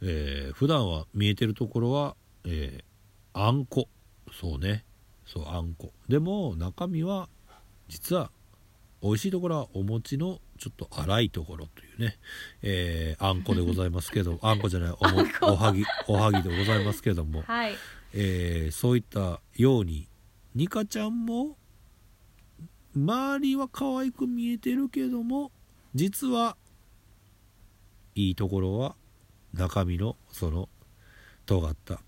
[SPEAKER 1] うえー、普段は見えてるところはえー、あんこそうねそうあんこでも中身は実は美味しいところはお餅のちょっと粗いところというね、えー、あんこでございますけ どあんこじゃないおもおはぎおはぎでございますけども
[SPEAKER 2] はい
[SPEAKER 1] えーそういったようにニカちゃんも周りは可愛く見えてるけども実はいいところは中身のその尖った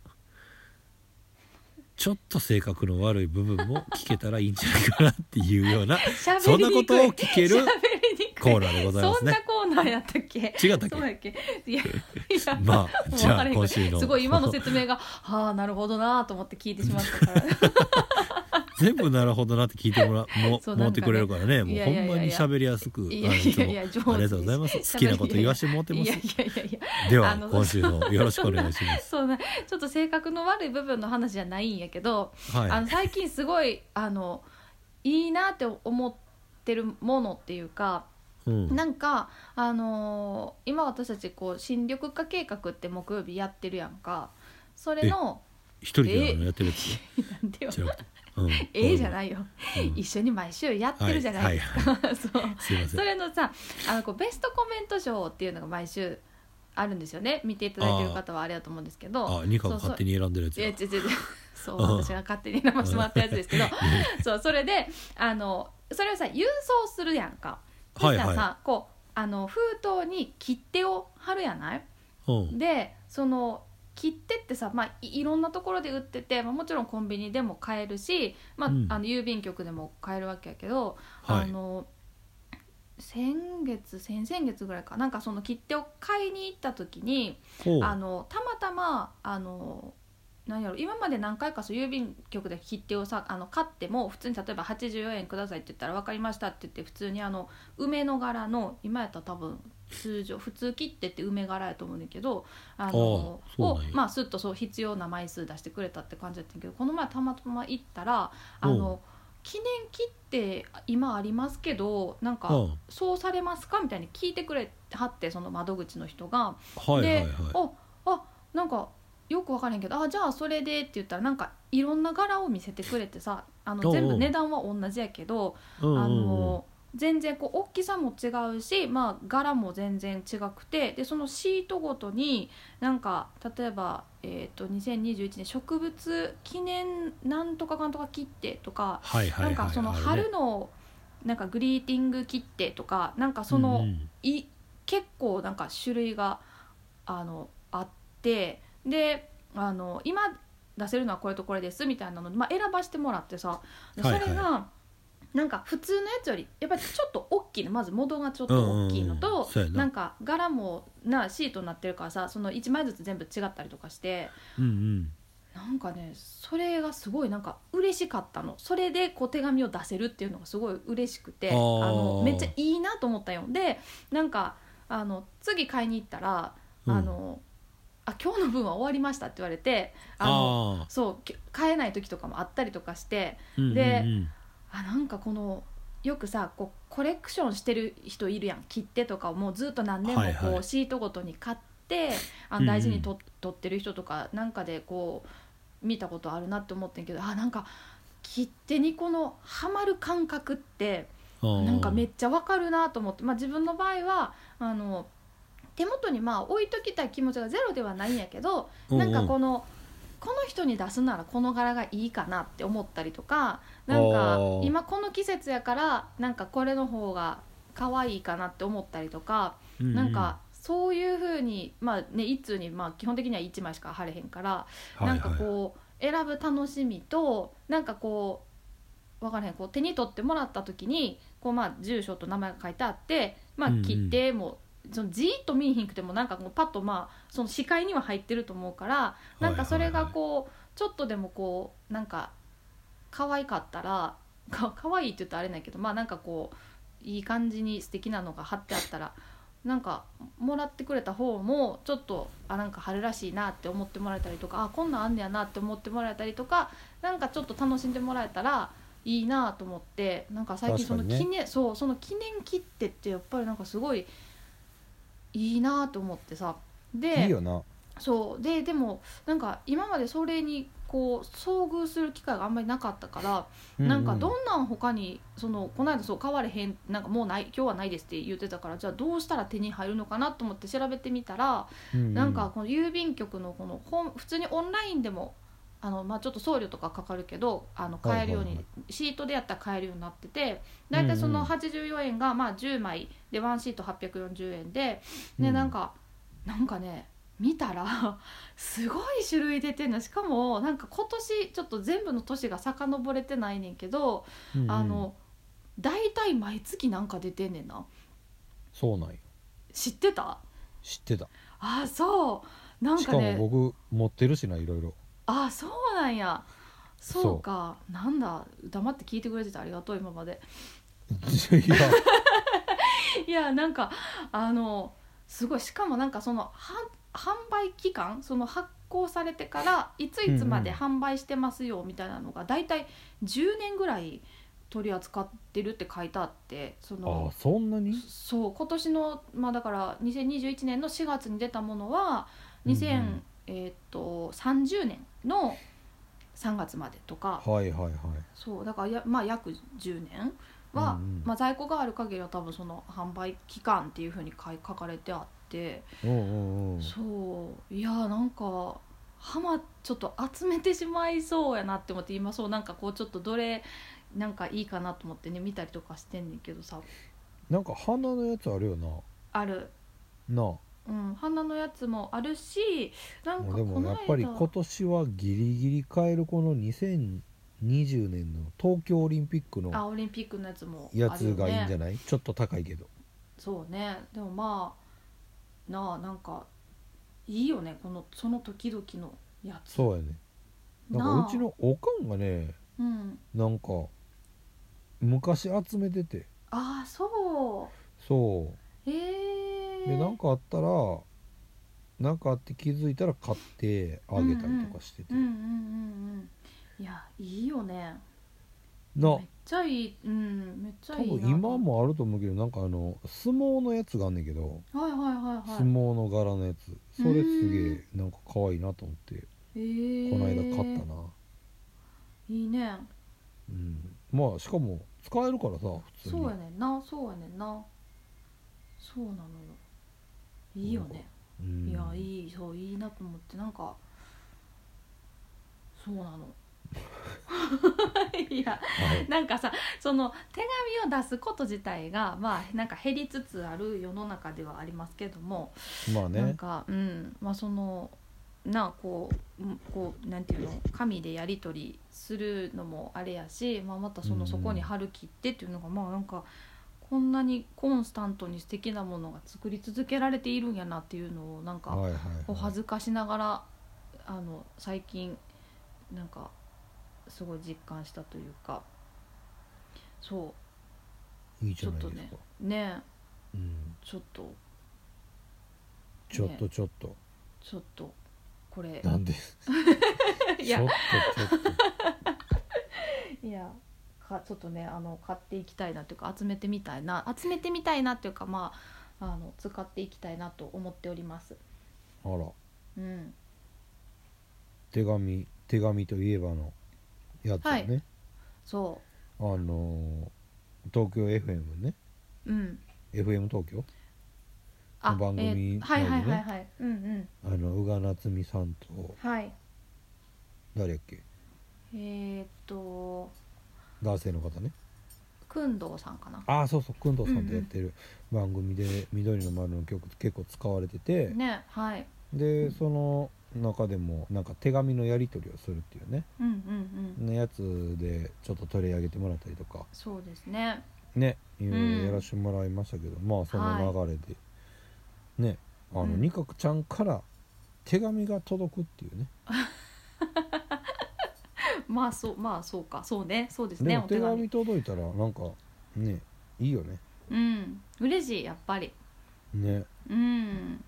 [SPEAKER 1] ちょっと性格の悪い部分も聞けたらいいんじゃないかなっていうような そ
[SPEAKER 2] 喋
[SPEAKER 1] ん
[SPEAKER 2] り
[SPEAKER 1] なこ
[SPEAKER 2] にくい
[SPEAKER 1] とを聞ける
[SPEAKER 2] 喋りにくい
[SPEAKER 1] コーナーでございます
[SPEAKER 2] そんな
[SPEAKER 1] ね。
[SPEAKER 2] コーナーやったっけ
[SPEAKER 1] 違ったっ
[SPEAKER 2] そう
[SPEAKER 1] け
[SPEAKER 2] やっけい やいや
[SPEAKER 1] まあ
[SPEAKER 2] もう
[SPEAKER 1] じゃ
[SPEAKER 2] わか
[SPEAKER 1] あ
[SPEAKER 2] らへん
[SPEAKER 1] 今週の
[SPEAKER 2] すごい今の説明がああなるほどなーと思って聞いてしまったから
[SPEAKER 1] 全部なるほどなって聞いてもらも
[SPEAKER 2] そう
[SPEAKER 1] 持ってくれるからねも
[SPEAKER 2] いうや
[SPEAKER 1] ほ
[SPEAKER 2] いやいや
[SPEAKER 1] ん
[SPEAKER 2] いや
[SPEAKER 1] まに喋りやすく
[SPEAKER 2] い や
[SPEAKER 1] あの
[SPEAKER 2] い
[SPEAKER 1] つ
[SPEAKER 2] や
[SPEAKER 1] も
[SPEAKER 2] いや上手
[SPEAKER 1] ありがとうございます好きなこと言わしてもらってま
[SPEAKER 2] いや
[SPEAKER 1] す
[SPEAKER 2] いやいやいや
[SPEAKER 1] で
[SPEAKER 2] あ
[SPEAKER 1] は
[SPEAKER 2] の
[SPEAKER 1] 今週のよろしくお願いします
[SPEAKER 2] そうねちょっと性格の悪い部分の話じゃないんやけど、あ
[SPEAKER 1] は
[SPEAKER 2] の最近すごいあのいいなって思ってるものっていうか
[SPEAKER 1] いうん
[SPEAKER 2] なんか、あのー今私たちこう新緑化計画って木曜日やってるやんかそれの
[SPEAKER 1] 一人であのやってるやつ
[SPEAKER 2] なんでよ
[SPEAKER 1] じゃなく てうん
[SPEAKER 2] ええじゃ
[SPEAKER 1] い
[SPEAKER 2] ないよ、
[SPEAKER 1] うん
[SPEAKER 2] 一緒に毎週やってるじゃないですか、 そう
[SPEAKER 1] すいませ
[SPEAKER 2] そ
[SPEAKER 1] ん
[SPEAKER 2] れのさあのこうベストコメント賞っていうのが毎週あるんですよね見ていただいてる方はあれだと思うんですけど
[SPEAKER 1] あニカが
[SPEAKER 2] そうそう
[SPEAKER 1] 勝手に選んでるやつ
[SPEAKER 2] いや違
[SPEAKER 1] や
[SPEAKER 2] う違う違う そう
[SPEAKER 1] うん
[SPEAKER 2] 私が勝手に選ばせてもらったやつですけど そうそれであのそれをさ郵送するやんかそ
[SPEAKER 1] はい
[SPEAKER 2] したらさ、
[SPEAKER 1] は
[SPEAKER 2] こうあの封筒に切手を貼るやない
[SPEAKER 1] いうん
[SPEAKER 2] でその切手ってさ、まあ、いいろんなところで売ってて、まあ、もちろんコンビニでも買えるし、まあ
[SPEAKER 1] うん
[SPEAKER 2] あの郵便局でも買えるわけやけど、
[SPEAKER 1] は
[SPEAKER 2] あ
[SPEAKER 1] い
[SPEAKER 2] の先月先々月ぐらいかなんかその切手を買いに行った時に
[SPEAKER 1] ほう
[SPEAKER 2] あのたまたまあのなんやろ今まで何回かそう郵便局で切手をさあの買っても普通に例えば84円くださいって言ったら分かりましたって言って普通にあの梅の柄の今やったら多分通常普通切手って梅柄やと思うねんだけどあの
[SPEAKER 1] ああそう
[SPEAKER 2] を
[SPEAKER 1] なんや
[SPEAKER 2] まあすっとそう必要な枚数出してくれたって感じだったんやけどこの前たまたま行ったらあ
[SPEAKER 1] うん
[SPEAKER 2] の記念切手今ありますけどなんか
[SPEAKER 1] うん
[SPEAKER 2] そうされますかみたいに聞いてくれはってその窓口の人が。
[SPEAKER 1] はいはいはい
[SPEAKER 2] でおあなんかよく分からへんけどあじゃあそれでって言ったらなんかいろんな柄を見せてくれてさあ
[SPEAKER 1] おうお
[SPEAKER 2] の
[SPEAKER 1] う
[SPEAKER 2] 全部値段は同じやけど、
[SPEAKER 1] うんうん
[SPEAKER 2] あ
[SPEAKER 1] うん
[SPEAKER 2] の全然こう大きさも違うし、まあ、柄も全然違くてでそのシートごとになんか例えば、えー、と2021年植物記念なんとかかんとか切手とか、
[SPEAKER 1] はいはいはい
[SPEAKER 2] なんかその
[SPEAKER 1] あるね
[SPEAKER 2] 春のなんかグリーティング切手とかなんかその。
[SPEAKER 1] うんうん
[SPEAKER 2] い結構なんか種類があのあってであの今出せるのはこれとこれですみたいなので、まあ、選ばしてもらってさでそ
[SPEAKER 1] はい
[SPEAKER 2] れ
[SPEAKER 1] はい
[SPEAKER 2] が、なんか普通のやつよりやっぱりちょっと大きいのまず元がちょっと大きい
[SPEAKER 1] うんうんう
[SPEAKER 2] の
[SPEAKER 1] ん
[SPEAKER 2] と、
[SPEAKER 1] そうやな
[SPEAKER 2] なんか柄もなシートになってるからさその1枚ずつ全部違ったりとかして
[SPEAKER 1] うんうん
[SPEAKER 2] なんかねそれがすごいなんか嬉しかったのそれでこう手紙を出せるっていうのがすごい嬉しくて
[SPEAKER 1] あ
[SPEAKER 2] あ
[SPEAKER 1] ー
[SPEAKER 2] のめっちゃいいなと思ったよでなんかあの次買いに行ったら、
[SPEAKER 1] うん
[SPEAKER 2] あのあ今日の分は終わりました」って言われてあの
[SPEAKER 1] あ
[SPEAKER 2] そうき買えない時とかもあったりとかして
[SPEAKER 1] ーうん
[SPEAKER 2] で
[SPEAKER 1] うん
[SPEAKER 2] あなんかこのよくさこうコレクションしてる人いるやん切手とかをもうずっと何年もこう、
[SPEAKER 1] はいはい
[SPEAKER 2] シートごとに買ってあ
[SPEAKER 1] うんうん
[SPEAKER 2] 大事にと、取ってる人とかなんかでこう見たことあるなって思ってんけどあなんか切手にこのハマる感覚って
[SPEAKER 1] うん
[SPEAKER 2] なんかめっちゃわかるなと思って、まあ、自分の場合はあの手元にまあ置いときたい気持ちがゼロではないんやけどなんかこのこの人に出すならこの柄がいいかなって思ったりとかなんか
[SPEAKER 4] おー
[SPEAKER 2] 今この季節やからなんかこれの方が可愛いかなって思ったりとか、
[SPEAKER 1] うう
[SPEAKER 2] なんかそういう風にまあね一通にまあ基本的には1枚しか貼れへんから、
[SPEAKER 4] はい
[SPEAKER 2] なんか
[SPEAKER 4] はい
[SPEAKER 2] こう選ぶ楽しみとなんかこう分からへんこう手に取ってもらった時にこうまあ住所と名前が書いてあってまあ
[SPEAKER 1] うんうん
[SPEAKER 2] 切っても、そのじーっと見えへんくてもなんかもうパッとまあその視界には入ってると思うからなんかそれがこうちょっとでもこうなんか可愛かったら か可愛いって言ったらあれないけどまあなんかこういい感じに素敵なのが貼ってあったらなんかもらってくれた方もちょっとあなんか春らしいなって思ってもらえたりとかあこんなんあんねやなって思ってもらえたりとかなんかちょっと楽しんでもらえたらいいなと思ってなんか最近その
[SPEAKER 1] 確かにね
[SPEAKER 2] 記念、そうその記念切手ってやっぱりなんかすごいいいなと思ってさで
[SPEAKER 1] いいよな
[SPEAKER 2] そうででもなんか今までそれにこう遭遇する機会があんまりなかったから、なんかどんなん他にそのこの間そう買われへんなんかもうない今日はないですって言ってたからじゃあどうしたら手に入るのかなと思って調べてみたら、なんかこの郵便局のこのホーム普通にオンラインでもあの、まあ、ちょっと送料とかかかるけどあの買えるように、
[SPEAKER 1] はいはい
[SPEAKER 2] シートでやったら買えるようになってて大体その
[SPEAKER 1] うんうん
[SPEAKER 2] 84円がまあ10枚でワンシート840円でで、
[SPEAKER 1] うん
[SPEAKER 2] なんかなんかね見たらすごい種類出てんのしかもなんか今年ちょっと全部の年が遡れてないねんけど、
[SPEAKER 1] うんうん
[SPEAKER 2] あの大体毎月なんか出てんねんな
[SPEAKER 1] そうなんよ
[SPEAKER 2] 知ってた
[SPEAKER 1] 知ってた
[SPEAKER 2] あそうなん
[SPEAKER 1] し
[SPEAKER 2] か
[SPEAKER 1] か
[SPEAKER 2] ね
[SPEAKER 1] も僕持ってるしないろい ろ
[SPEAKER 2] あそうなんや
[SPEAKER 1] そう
[SPEAKER 2] そうかなんだ黙って聞いてくれててありがとう今まで
[SPEAKER 1] いや
[SPEAKER 2] いやなんかあのすごいしかもなんかそのは販売期間その発行されてからいついつまで
[SPEAKER 1] うん
[SPEAKER 2] 販売してますよみたいなのが大体10年ぐらい取り扱ってるって書いてあってそ
[SPEAKER 1] ああ
[SPEAKER 2] の
[SPEAKER 1] そんなに
[SPEAKER 2] そう今年のまあだから2021年の4月に出たものは
[SPEAKER 1] うんうん
[SPEAKER 2] 2030、えーっと30年の3月までとか。
[SPEAKER 1] はいはいはい
[SPEAKER 2] そうだからや、まあ、約10年は、
[SPEAKER 1] うんうん
[SPEAKER 2] まあ、在庫がある限りは多分その販売期間っていうふうに書い書かれてあって、
[SPEAKER 1] うんうんうん
[SPEAKER 2] そういやーなんか浜ちょっと集めてしまいそうやなって思って今そうなんかこうちょっとどれなんかいいかなと思ってね見たりとかしてんねんけどさ
[SPEAKER 1] なんか花のやつあるよな
[SPEAKER 2] ある、
[SPEAKER 1] なあ
[SPEAKER 2] うん、花のやつもあるしなんか
[SPEAKER 1] でも
[SPEAKER 2] この
[SPEAKER 1] やっぱり
[SPEAKER 2] 間
[SPEAKER 1] 今年はギリギリ買えるこの2020年の東京オリンピックの
[SPEAKER 2] あオリンピックのやつもあるよ、
[SPEAKER 1] や
[SPEAKER 2] ね、
[SPEAKER 1] つがいいんじゃないちょっと高いけど
[SPEAKER 2] そうねでもまあなあなんかいいよねこのその時々のやつ
[SPEAKER 1] そうやねなん
[SPEAKER 2] なあ
[SPEAKER 1] かうちのおかんがね
[SPEAKER 2] うん
[SPEAKER 1] なんか昔集めてて
[SPEAKER 2] ああそ
[SPEAKER 1] そう
[SPEAKER 2] え
[SPEAKER 1] う
[SPEAKER 2] え
[SPEAKER 1] でなんかあったらなんかあって気づいたら買ってあげたりとかしてて、
[SPEAKER 2] うんうんうんうんいやいいよね
[SPEAKER 1] な
[SPEAKER 2] めっちゃいいうんめっち
[SPEAKER 1] 多
[SPEAKER 2] ゃいい
[SPEAKER 1] 分
[SPEAKER 2] な
[SPEAKER 1] 今もあると思うけどなんかあの相撲のやつがあんねんけど、
[SPEAKER 2] はいはいはい
[SPEAKER 1] 相
[SPEAKER 2] はい
[SPEAKER 1] 撲の柄のやつそれすげえなんか可愛いなと思って
[SPEAKER 2] えー
[SPEAKER 1] この間買ったな、
[SPEAKER 2] いいね
[SPEAKER 1] うん、まあしかも使えるからさ普通に
[SPEAKER 2] そうやねんなそうやねんなそうなのよいいよね
[SPEAKER 1] うん、
[SPEAKER 2] いやいいそういいなと思ってなんかそうなの いや
[SPEAKER 1] はい
[SPEAKER 2] なんかさその手紙を出すこと自体がまあなんか減りつつある世の中ではありますけども、
[SPEAKER 1] まあ
[SPEAKER 2] なん
[SPEAKER 1] ね
[SPEAKER 2] かうんまあそのなあこううんこうなんていうの紙でやり取りするのもあれやし、まあ、またその
[SPEAKER 1] うん
[SPEAKER 2] そこに貼る切ってっていうのがまあなんかこんなにコンスタントに素敵なものが作り続けられているんやなっていうのをなんか、
[SPEAKER 1] はいはい
[SPEAKER 2] お
[SPEAKER 1] は
[SPEAKER 2] 恥ずかしながらあの最近なんかすごい実感したというかそ
[SPEAKER 1] いいいじゃないですか
[SPEAKER 2] ちょっとうねえ
[SPEAKER 1] うん、
[SPEAKER 2] ちょっと
[SPEAKER 1] ちょっとちょっと、
[SPEAKER 2] ちょっとこれ
[SPEAKER 1] なんで
[SPEAKER 2] い
[SPEAKER 1] ちょ
[SPEAKER 2] や
[SPEAKER 1] っとちょっと
[SPEAKER 2] いやかちょっとねあの買っていきたいなというか集めてみたいな集めてみたいなというかまああの使っていきたいなと思っております。
[SPEAKER 1] あら
[SPEAKER 2] うん、
[SPEAKER 1] 手紙手紙といえばのやつだね、
[SPEAKER 2] そ
[SPEAKER 1] あのー東京 FM ね
[SPEAKER 2] う、うん、
[SPEAKER 1] FM 東京
[SPEAKER 2] あ
[SPEAKER 1] 番組
[SPEAKER 2] えーはいはい
[SPEAKER 1] 内で
[SPEAKER 2] は
[SPEAKER 1] ね
[SPEAKER 2] いはい、うんうん、
[SPEAKER 1] あの宇賀なつみさんと
[SPEAKER 2] はい、
[SPEAKER 1] 誰やっけ
[SPEAKER 2] えー、っと、
[SPEAKER 1] 男性の方ね
[SPEAKER 2] くんどうさんかな。
[SPEAKER 1] ああそうそう工藤さんとやってる番組で「緑の丸」の曲結構使われてて、
[SPEAKER 2] ね、はい、
[SPEAKER 1] でその中でもなんか手紙のやり取りをするっていうね
[SPEAKER 2] うんうんうん、
[SPEAKER 1] のやつでちょっと取り上げてもらったりとか
[SPEAKER 2] そうですね。
[SPEAKER 1] ねいろいろ
[SPEAKER 2] うん
[SPEAKER 1] やらしてもらいましたけど、まあその流れで、ねあの、
[SPEAKER 2] うん
[SPEAKER 1] にかくちゃんから手紙が届くっていうね
[SPEAKER 2] まあそうまあそうか、そうね、そうです
[SPEAKER 1] で
[SPEAKER 2] ね。
[SPEAKER 1] も
[SPEAKER 2] お
[SPEAKER 1] 手
[SPEAKER 2] 手
[SPEAKER 1] 紙
[SPEAKER 2] 紙
[SPEAKER 1] 届いたらなんかねいいよね
[SPEAKER 2] うん、嬉しいやっぱり。
[SPEAKER 1] ね
[SPEAKER 2] うん、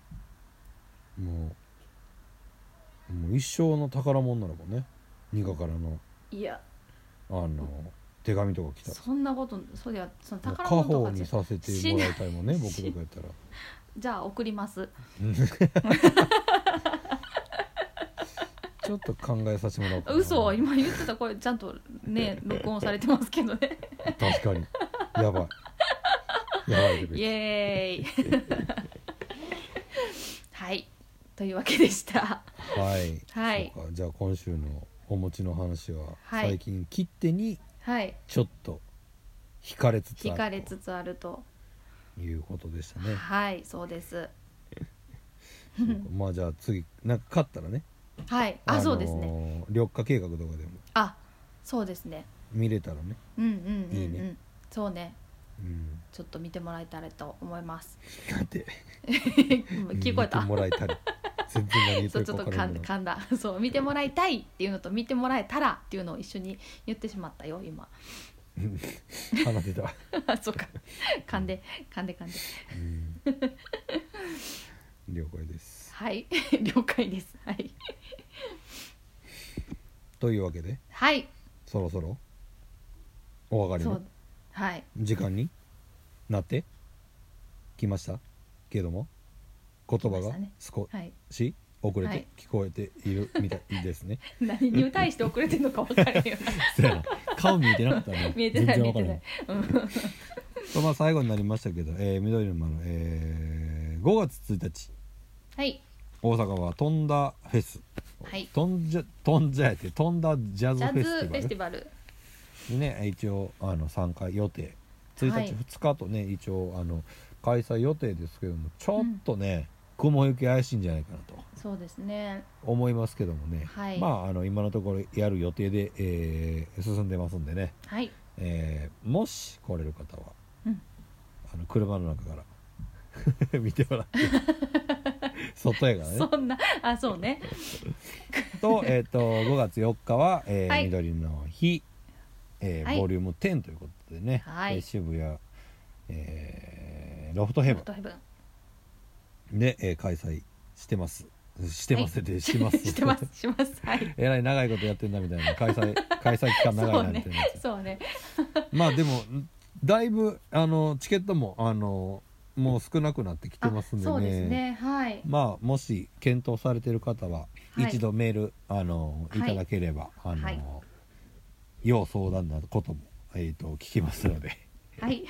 [SPEAKER 1] もうもう一生の宝物なのもんねニカからの
[SPEAKER 2] いや
[SPEAKER 1] あの手紙とか来たら
[SPEAKER 2] そんなこと、そういやその
[SPEAKER 1] もう
[SPEAKER 2] 宝
[SPEAKER 1] 家
[SPEAKER 2] 物と
[SPEAKER 1] 宝
[SPEAKER 2] かじ
[SPEAKER 1] に
[SPEAKER 2] ゃ
[SPEAKER 1] させてもらいたいもんね僕とかやったら
[SPEAKER 2] じゃあ送ります。
[SPEAKER 1] ちょっと考えさせてもらおうかな
[SPEAKER 2] 嘘今言ってたこれちゃんと ね録音されてますけどね
[SPEAKER 1] 確かにやばいやばい
[SPEAKER 2] イエーイ はいというわけでした
[SPEAKER 1] はい、
[SPEAKER 2] はい
[SPEAKER 1] そうかじゃあ今週のお餅の話は、
[SPEAKER 2] はい
[SPEAKER 1] 最近切手に
[SPEAKER 2] はい
[SPEAKER 1] ちょっと惹かれつつ
[SPEAKER 2] 惹
[SPEAKER 1] あ
[SPEAKER 2] か
[SPEAKER 1] る
[SPEAKER 2] れつつあると、
[SPEAKER 1] ということでしたね
[SPEAKER 2] はいそうです
[SPEAKER 1] そうかまあじゃあ次なんか勝ったらね
[SPEAKER 2] はいあ、そうですね
[SPEAKER 1] ね緑化計画とかでも
[SPEAKER 2] あそうですね
[SPEAKER 1] 見れたらね、
[SPEAKER 2] うんうんうんうん
[SPEAKER 1] いいね
[SPEAKER 2] そうね
[SPEAKER 1] うん、
[SPEAKER 2] ちょっと見てもらえたらと思います
[SPEAKER 1] なんて
[SPEAKER 2] 聞こえ
[SPEAKER 1] 見
[SPEAKER 2] た
[SPEAKER 1] てもらえたり全然何言って
[SPEAKER 2] そう
[SPEAKER 1] る
[SPEAKER 2] ち
[SPEAKER 1] か
[SPEAKER 2] ょっ
[SPEAKER 1] 分か
[SPEAKER 2] と
[SPEAKER 1] ら
[SPEAKER 2] 噛
[SPEAKER 1] ん
[SPEAKER 2] ん
[SPEAKER 1] けど
[SPEAKER 2] 噛んだ そう見てもらいたいっていうのと見てもらえたらっていうのを一緒に言ってしまったよ今
[SPEAKER 1] 鼻出た、
[SPEAKER 2] あそ うか噛んで噛んで噛んで
[SPEAKER 1] うん、了解です
[SPEAKER 2] はい、 了解です。はい。
[SPEAKER 1] というわけで
[SPEAKER 2] はい。
[SPEAKER 1] そろそろお別れ
[SPEAKER 2] そ
[SPEAKER 1] の
[SPEAKER 2] う。はい。
[SPEAKER 1] 時間になってきましたけども言葉
[SPEAKER 2] 来まし
[SPEAKER 1] が
[SPEAKER 2] たね
[SPEAKER 1] 少
[SPEAKER 2] はい。
[SPEAKER 1] し遅れ
[SPEAKER 2] は
[SPEAKER 1] て
[SPEAKER 2] い
[SPEAKER 1] 聞こえているみたいです ね。
[SPEAKER 2] 何に対して遅れてるのか分からへんよ な。
[SPEAKER 1] そやな顔見えてなかったね
[SPEAKER 2] 見えてない見
[SPEAKER 1] 全
[SPEAKER 2] え
[SPEAKER 1] 然わか
[SPEAKER 2] て
[SPEAKER 1] ら
[SPEAKER 2] な
[SPEAKER 1] へん
[SPEAKER 2] い。うん。
[SPEAKER 1] まあ最後になりましたけど、えー、緑の丸、えー、5月1日
[SPEAKER 2] はい。
[SPEAKER 1] 大阪は飛んだフェス、
[SPEAKER 2] はい
[SPEAKER 1] 飛んじゃ飛んじゃやって飛んだジャズ
[SPEAKER 2] ジ
[SPEAKER 1] フ
[SPEAKER 2] ャ
[SPEAKER 1] ェ
[SPEAKER 2] ズ
[SPEAKER 1] スティ
[SPEAKER 2] フェ
[SPEAKER 1] バ
[SPEAKER 2] ステ
[SPEAKER 1] ル
[SPEAKER 2] ィバル。
[SPEAKER 1] にね一応あの参加予定1日、
[SPEAKER 2] はい
[SPEAKER 1] 2日とね一応あの開催予定ですけどもちょっとね、雲行き怪しいんじゃないかなと
[SPEAKER 2] そうですね。
[SPEAKER 1] 思いますけどもね、
[SPEAKER 2] はい
[SPEAKER 1] まああの今のところやる予定で、えー進んでますんでね、
[SPEAKER 2] はい。
[SPEAKER 1] えーもし来れる方は
[SPEAKER 2] うん。
[SPEAKER 1] あの車の中から 見ても らって外やからね
[SPEAKER 2] そんな、あ、そう ね。
[SPEAKER 1] と,、えー、と5月4日は、えー
[SPEAKER 2] はい
[SPEAKER 1] 緑の日、えー
[SPEAKER 2] はい
[SPEAKER 1] ボリューム10ということでね、
[SPEAKER 2] はい
[SPEAKER 1] えー渋谷、えーロフトヘ
[SPEAKER 2] ホ
[SPEAKER 1] ブ
[SPEAKER 2] ットヘブン。
[SPEAKER 1] ンで、えー開催してますしてますで、します
[SPEAKER 2] してます。します。はい。
[SPEAKER 1] えらい長いことやってんだみたいな開 催開催期間長い
[SPEAKER 2] そう
[SPEAKER 1] なみ
[SPEAKER 2] ね
[SPEAKER 1] たいなや。つ
[SPEAKER 2] そうね。
[SPEAKER 1] まあでもだいぶあのチケットもあのもう少なくなってきて
[SPEAKER 2] あ
[SPEAKER 1] ますんでね
[SPEAKER 2] そうですね。はい。
[SPEAKER 1] まあもし検討されてる方は
[SPEAKER 2] はい
[SPEAKER 1] 一度メール、あの
[SPEAKER 2] はい
[SPEAKER 1] いただければ、あの、
[SPEAKER 2] はい
[SPEAKER 1] 要相談なことも、えー、と聞きますの で
[SPEAKER 2] はい。よ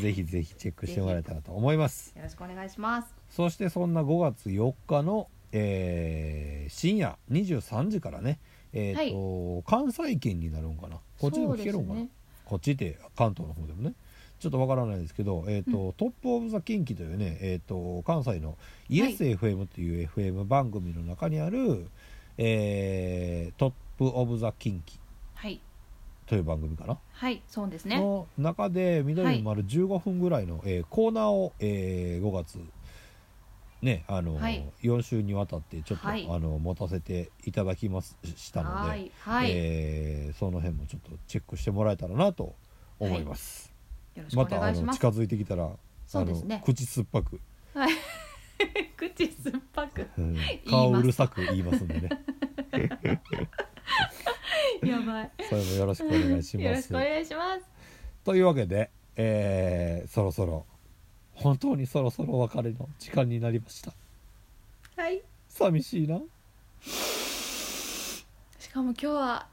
[SPEAKER 1] ぜひぜひチェックしてもらえたらと思います
[SPEAKER 2] ろしくお願いします。
[SPEAKER 1] そしてそんな5月4日の、えー深夜23時からねえーと関西圏になるんかなこっちでも聞けるんか
[SPEAKER 2] そう
[SPEAKER 1] な、
[SPEAKER 2] ですね
[SPEAKER 1] こっちで関東の方でもねちょっとわからないですけど、えーとトップ・オブ・ザ・近畿というね、えー、と関西のイエス FM という FM 番組の中にある、えートップ・オブ・ザ・近畿
[SPEAKER 2] はい。
[SPEAKER 1] という番組かな、
[SPEAKER 2] はい。そうですね。
[SPEAKER 1] の中で緑の丸15分ぐらいの、えーコーナーを、え5月ねあの、
[SPEAKER 2] はい
[SPEAKER 1] 4週にわたってちょっと、
[SPEAKER 2] はい
[SPEAKER 1] あの持たせていただきますししたので。
[SPEAKER 2] はい。はい。よ
[SPEAKER 1] えーその辺もちょっとチェックしてもらえたらなと思います、
[SPEAKER 2] ろしくお
[SPEAKER 1] またあ
[SPEAKER 2] 願いし
[SPEAKER 1] の
[SPEAKER 2] ます
[SPEAKER 1] 近。づいてきたら
[SPEAKER 2] そうですね
[SPEAKER 1] あの口酸っぱく
[SPEAKER 2] はい口 口酸っぱく
[SPEAKER 1] うん
[SPEAKER 2] ます
[SPEAKER 1] 顔うるさく言いますんでね
[SPEAKER 2] やばい
[SPEAKER 1] それもよろしくお願いし
[SPEAKER 2] よ
[SPEAKER 1] ま
[SPEAKER 2] ろし
[SPEAKER 1] す
[SPEAKER 2] くお願いします
[SPEAKER 1] というわけで、えーそろそろ本当にそろそろお別れの時間になりました
[SPEAKER 2] はい
[SPEAKER 1] 寂しいな
[SPEAKER 2] しかも今日は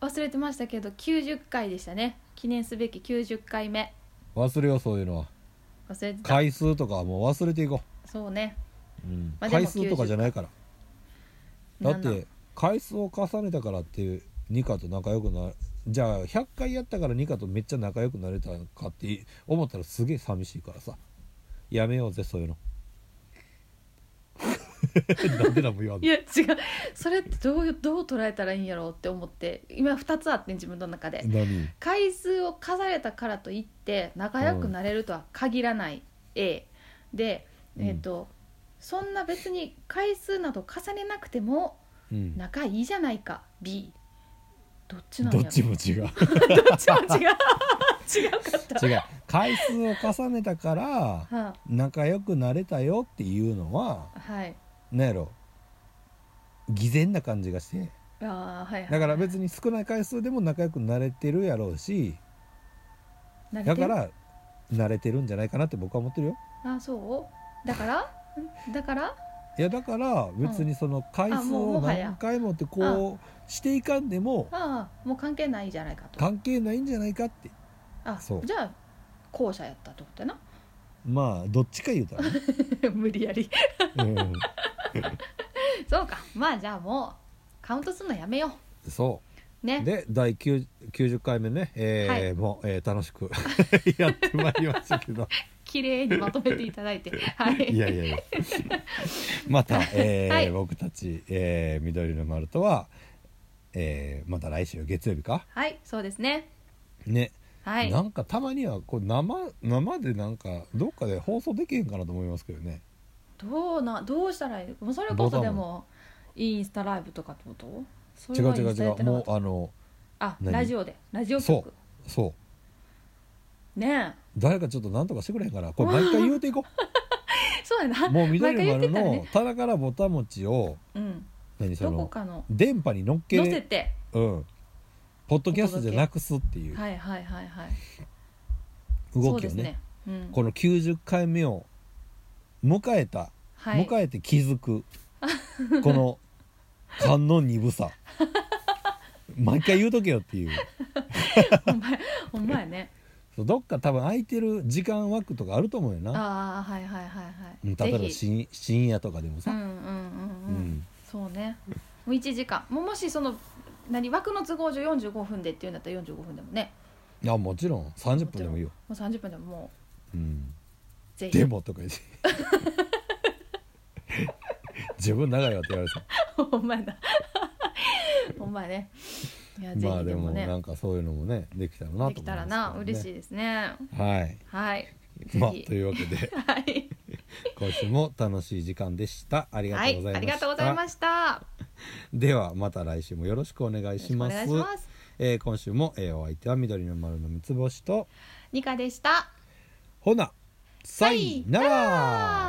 [SPEAKER 2] 忘れてましたけど90回でしたね記念すべき90回目
[SPEAKER 1] 忘れようそういうのは
[SPEAKER 2] 忘れてた
[SPEAKER 1] 回数とかはもう忘れていこ
[SPEAKER 2] そうね
[SPEAKER 1] う、うん
[SPEAKER 2] まあでも
[SPEAKER 1] 回数とかじゃないからだっ
[SPEAKER 2] なんなん
[SPEAKER 1] て回数を重ねたからってニカと仲良くなじゃあ100回やったからニカとめっちゃ仲良くなれたかって思ったらすげえ寂しいからさやめようぜそういう のなんで何も言わん
[SPEAKER 2] い
[SPEAKER 1] の
[SPEAKER 2] や違うそれってどうどう捉えたらいいんやろうって思って今2つあってん自分の中で
[SPEAKER 1] 何
[SPEAKER 2] 回数を重ねたからといって仲良くなれるとは限らない A で
[SPEAKER 1] うん
[SPEAKER 2] えっ、と、そんな別に回数など重ねなくても
[SPEAKER 1] うん
[SPEAKER 2] 仲いいじゃないか B どっちなん
[SPEAKER 1] ど
[SPEAKER 2] や
[SPEAKER 1] っ
[SPEAKER 2] ろ
[SPEAKER 1] ちも違う
[SPEAKER 2] どっちも違う違うかった
[SPEAKER 1] 違う回数を重ねたから
[SPEAKER 2] は
[SPEAKER 1] 仲良くなれたよっていうのは
[SPEAKER 2] あ、はい
[SPEAKER 1] なんやろ偽善な感じがして
[SPEAKER 2] あーはいはい
[SPEAKER 1] だから別
[SPEAKER 2] に
[SPEAKER 1] に少ない回数でも仲良くなれてるやろうしだから慣れてるんじゃないかなって僕は思ってるよ
[SPEAKER 2] あそうだからんだから
[SPEAKER 1] いやだから別にその回
[SPEAKER 2] あ
[SPEAKER 1] 数
[SPEAKER 2] もうも
[SPEAKER 1] を
[SPEAKER 2] はや
[SPEAKER 1] 何回もってこうしていかんでも
[SPEAKER 2] ああもう関係ないじゃないかと
[SPEAKER 1] 関係ないんじゃないかって
[SPEAKER 2] あ
[SPEAKER 1] そう
[SPEAKER 2] じゃあ後者やったってことやな
[SPEAKER 1] まあどっちか言うたらね、
[SPEAKER 2] 無理やり
[SPEAKER 1] うん
[SPEAKER 2] そうかまあじゃあもうカウントするのやめよ
[SPEAKER 1] そう
[SPEAKER 2] ね
[SPEAKER 1] で第9 90回目ね、えー
[SPEAKER 2] はい
[SPEAKER 1] もう、えー楽しく やってまいりましたけど
[SPEAKER 2] 綺麗にまとめていただ いてはい
[SPEAKER 1] いやいやいやまた、えー
[SPEAKER 2] はい
[SPEAKER 1] 僕たち、えー緑の丸とは、えーまた来週月曜日か
[SPEAKER 2] はいそうですね
[SPEAKER 1] ね、
[SPEAKER 2] はい
[SPEAKER 1] なんかたまにはこう生生でなんかどっかで放送できへんかなと思いますけどね
[SPEAKER 2] どうなどうしたらいいもうそれこ
[SPEAKER 1] ど
[SPEAKER 2] そう
[SPEAKER 1] だ
[SPEAKER 2] で
[SPEAKER 1] も
[SPEAKER 2] もインスタライブとかってことそ
[SPEAKER 1] 違
[SPEAKER 2] れ
[SPEAKER 1] う
[SPEAKER 2] はイ
[SPEAKER 1] 違
[SPEAKER 2] ン
[SPEAKER 1] う
[SPEAKER 2] スタ
[SPEAKER 1] 違
[SPEAKER 2] やっ
[SPEAKER 1] う
[SPEAKER 2] てなか
[SPEAKER 1] も
[SPEAKER 2] っ
[SPEAKER 1] うあの
[SPEAKER 2] たあ
[SPEAKER 1] 何
[SPEAKER 2] ラジオでラジオ
[SPEAKER 1] そ
[SPEAKER 2] 局
[SPEAKER 1] うそう
[SPEAKER 2] ね
[SPEAKER 1] 誰かちょっとなんとかしてくれへんかなこれ毎回言うていこ
[SPEAKER 2] えそうやな
[SPEAKER 1] うもう緑の
[SPEAKER 2] 毎回言
[SPEAKER 1] 丸
[SPEAKER 2] ってたら
[SPEAKER 1] の
[SPEAKER 2] ね
[SPEAKER 1] 棚からぼたもちを
[SPEAKER 2] うん
[SPEAKER 1] 何そ
[SPEAKER 2] どこ
[SPEAKER 1] の
[SPEAKER 2] かの
[SPEAKER 1] 電波に乗っけ
[SPEAKER 2] 載
[SPEAKER 1] る
[SPEAKER 2] せて
[SPEAKER 1] うん、ポッドキャストじゃなくすっていう
[SPEAKER 2] はいはいはいはいそ
[SPEAKER 1] 動
[SPEAKER 2] う
[SPEAKER 1] き
[SPEAKER 2] で
[SPEAKER 1] を
[SPEAKER 2] す
[SPEAKER 1] ね
[SPEAKER 2] ねうん
[SPEAKER 1] この90回目を迎えた、
[SPEAKER 2] はい
[SPEAKER 1] 迎えて気づくこの観音鈍 さ毎回言うとけよっていう
[SPEAKER 2] ほんまやほんまやね
[SPEAKER 1] そうどっか多分空いてる時間枠とかあると思うよな
[SPEAKER 2] ああはいはいはい
[SPEAKER 1] うん
[SPEAKER 2] は
[SPEAKER 1] 例
[SPEAKER 2] い
[SPEAKER 1] えば
[SPEAKER 2] ぜひ
[SPEAKER 1] 深深夜とかでも
[SPEAKER 2] う
[SPEAKER 1] さ、
[SPEAKER 2] んうんうんうん、そうねもう1時間もうもしその何枠の都合上45分でっていうんだったら45分でもね
[SPEAKER 1] いやもちろん30分でもいいよ、
[SPEAKER 2] もう30分でもも
[SPEAKER 1] うん、
[SPEAKER 2] うぜひ
[SPEAKER 1] でもとか言って 自分長いわって言われてた
[SPEAKER 2] ほんま やなほんまやねいやぜ
[SPEAKER 1] まあで
[SPEAKER 2] ひで
[SPEAKER 1] も
[SPEAKER 2] もね、
[SPEAKER 1] なんかそういうのもねできたらなと思
[SPEAKER 2] できたらな、嬉しい
[SPEAKER 1] い
[SPEAKER 2] ですね
[SPEAKER 1] はい
[SPEAKER 2] はいぜひ、
[SPEAKER 1] まあというわけで
[SPEAKER 2] はい
[SPEAKER 1] 今週も楽しい時間でしたありが
[SPEAKER 2] は
[SPEAKER 1] とうございまし
[SPEAKER 2] い
[SPEAKER 1] た、
[SPEAKER 2] ありがとうございましたよ
[SPEAKER 1] ではまた来週もよろしくお願い
[SPEAKER 2] ろ
[SPEAKER 1] し
[SPEAKER 2] しくお
[SPEAKER 1] ます
[SPEAKER 2] 願いします
[SPEAKER 1] えー今週も、えーお相手は緑の丸の三つ星と
[SPEAKER 2] ニカでした
[SPEAKER 1] ほなさいなら
[SPEAKER 2] さいなら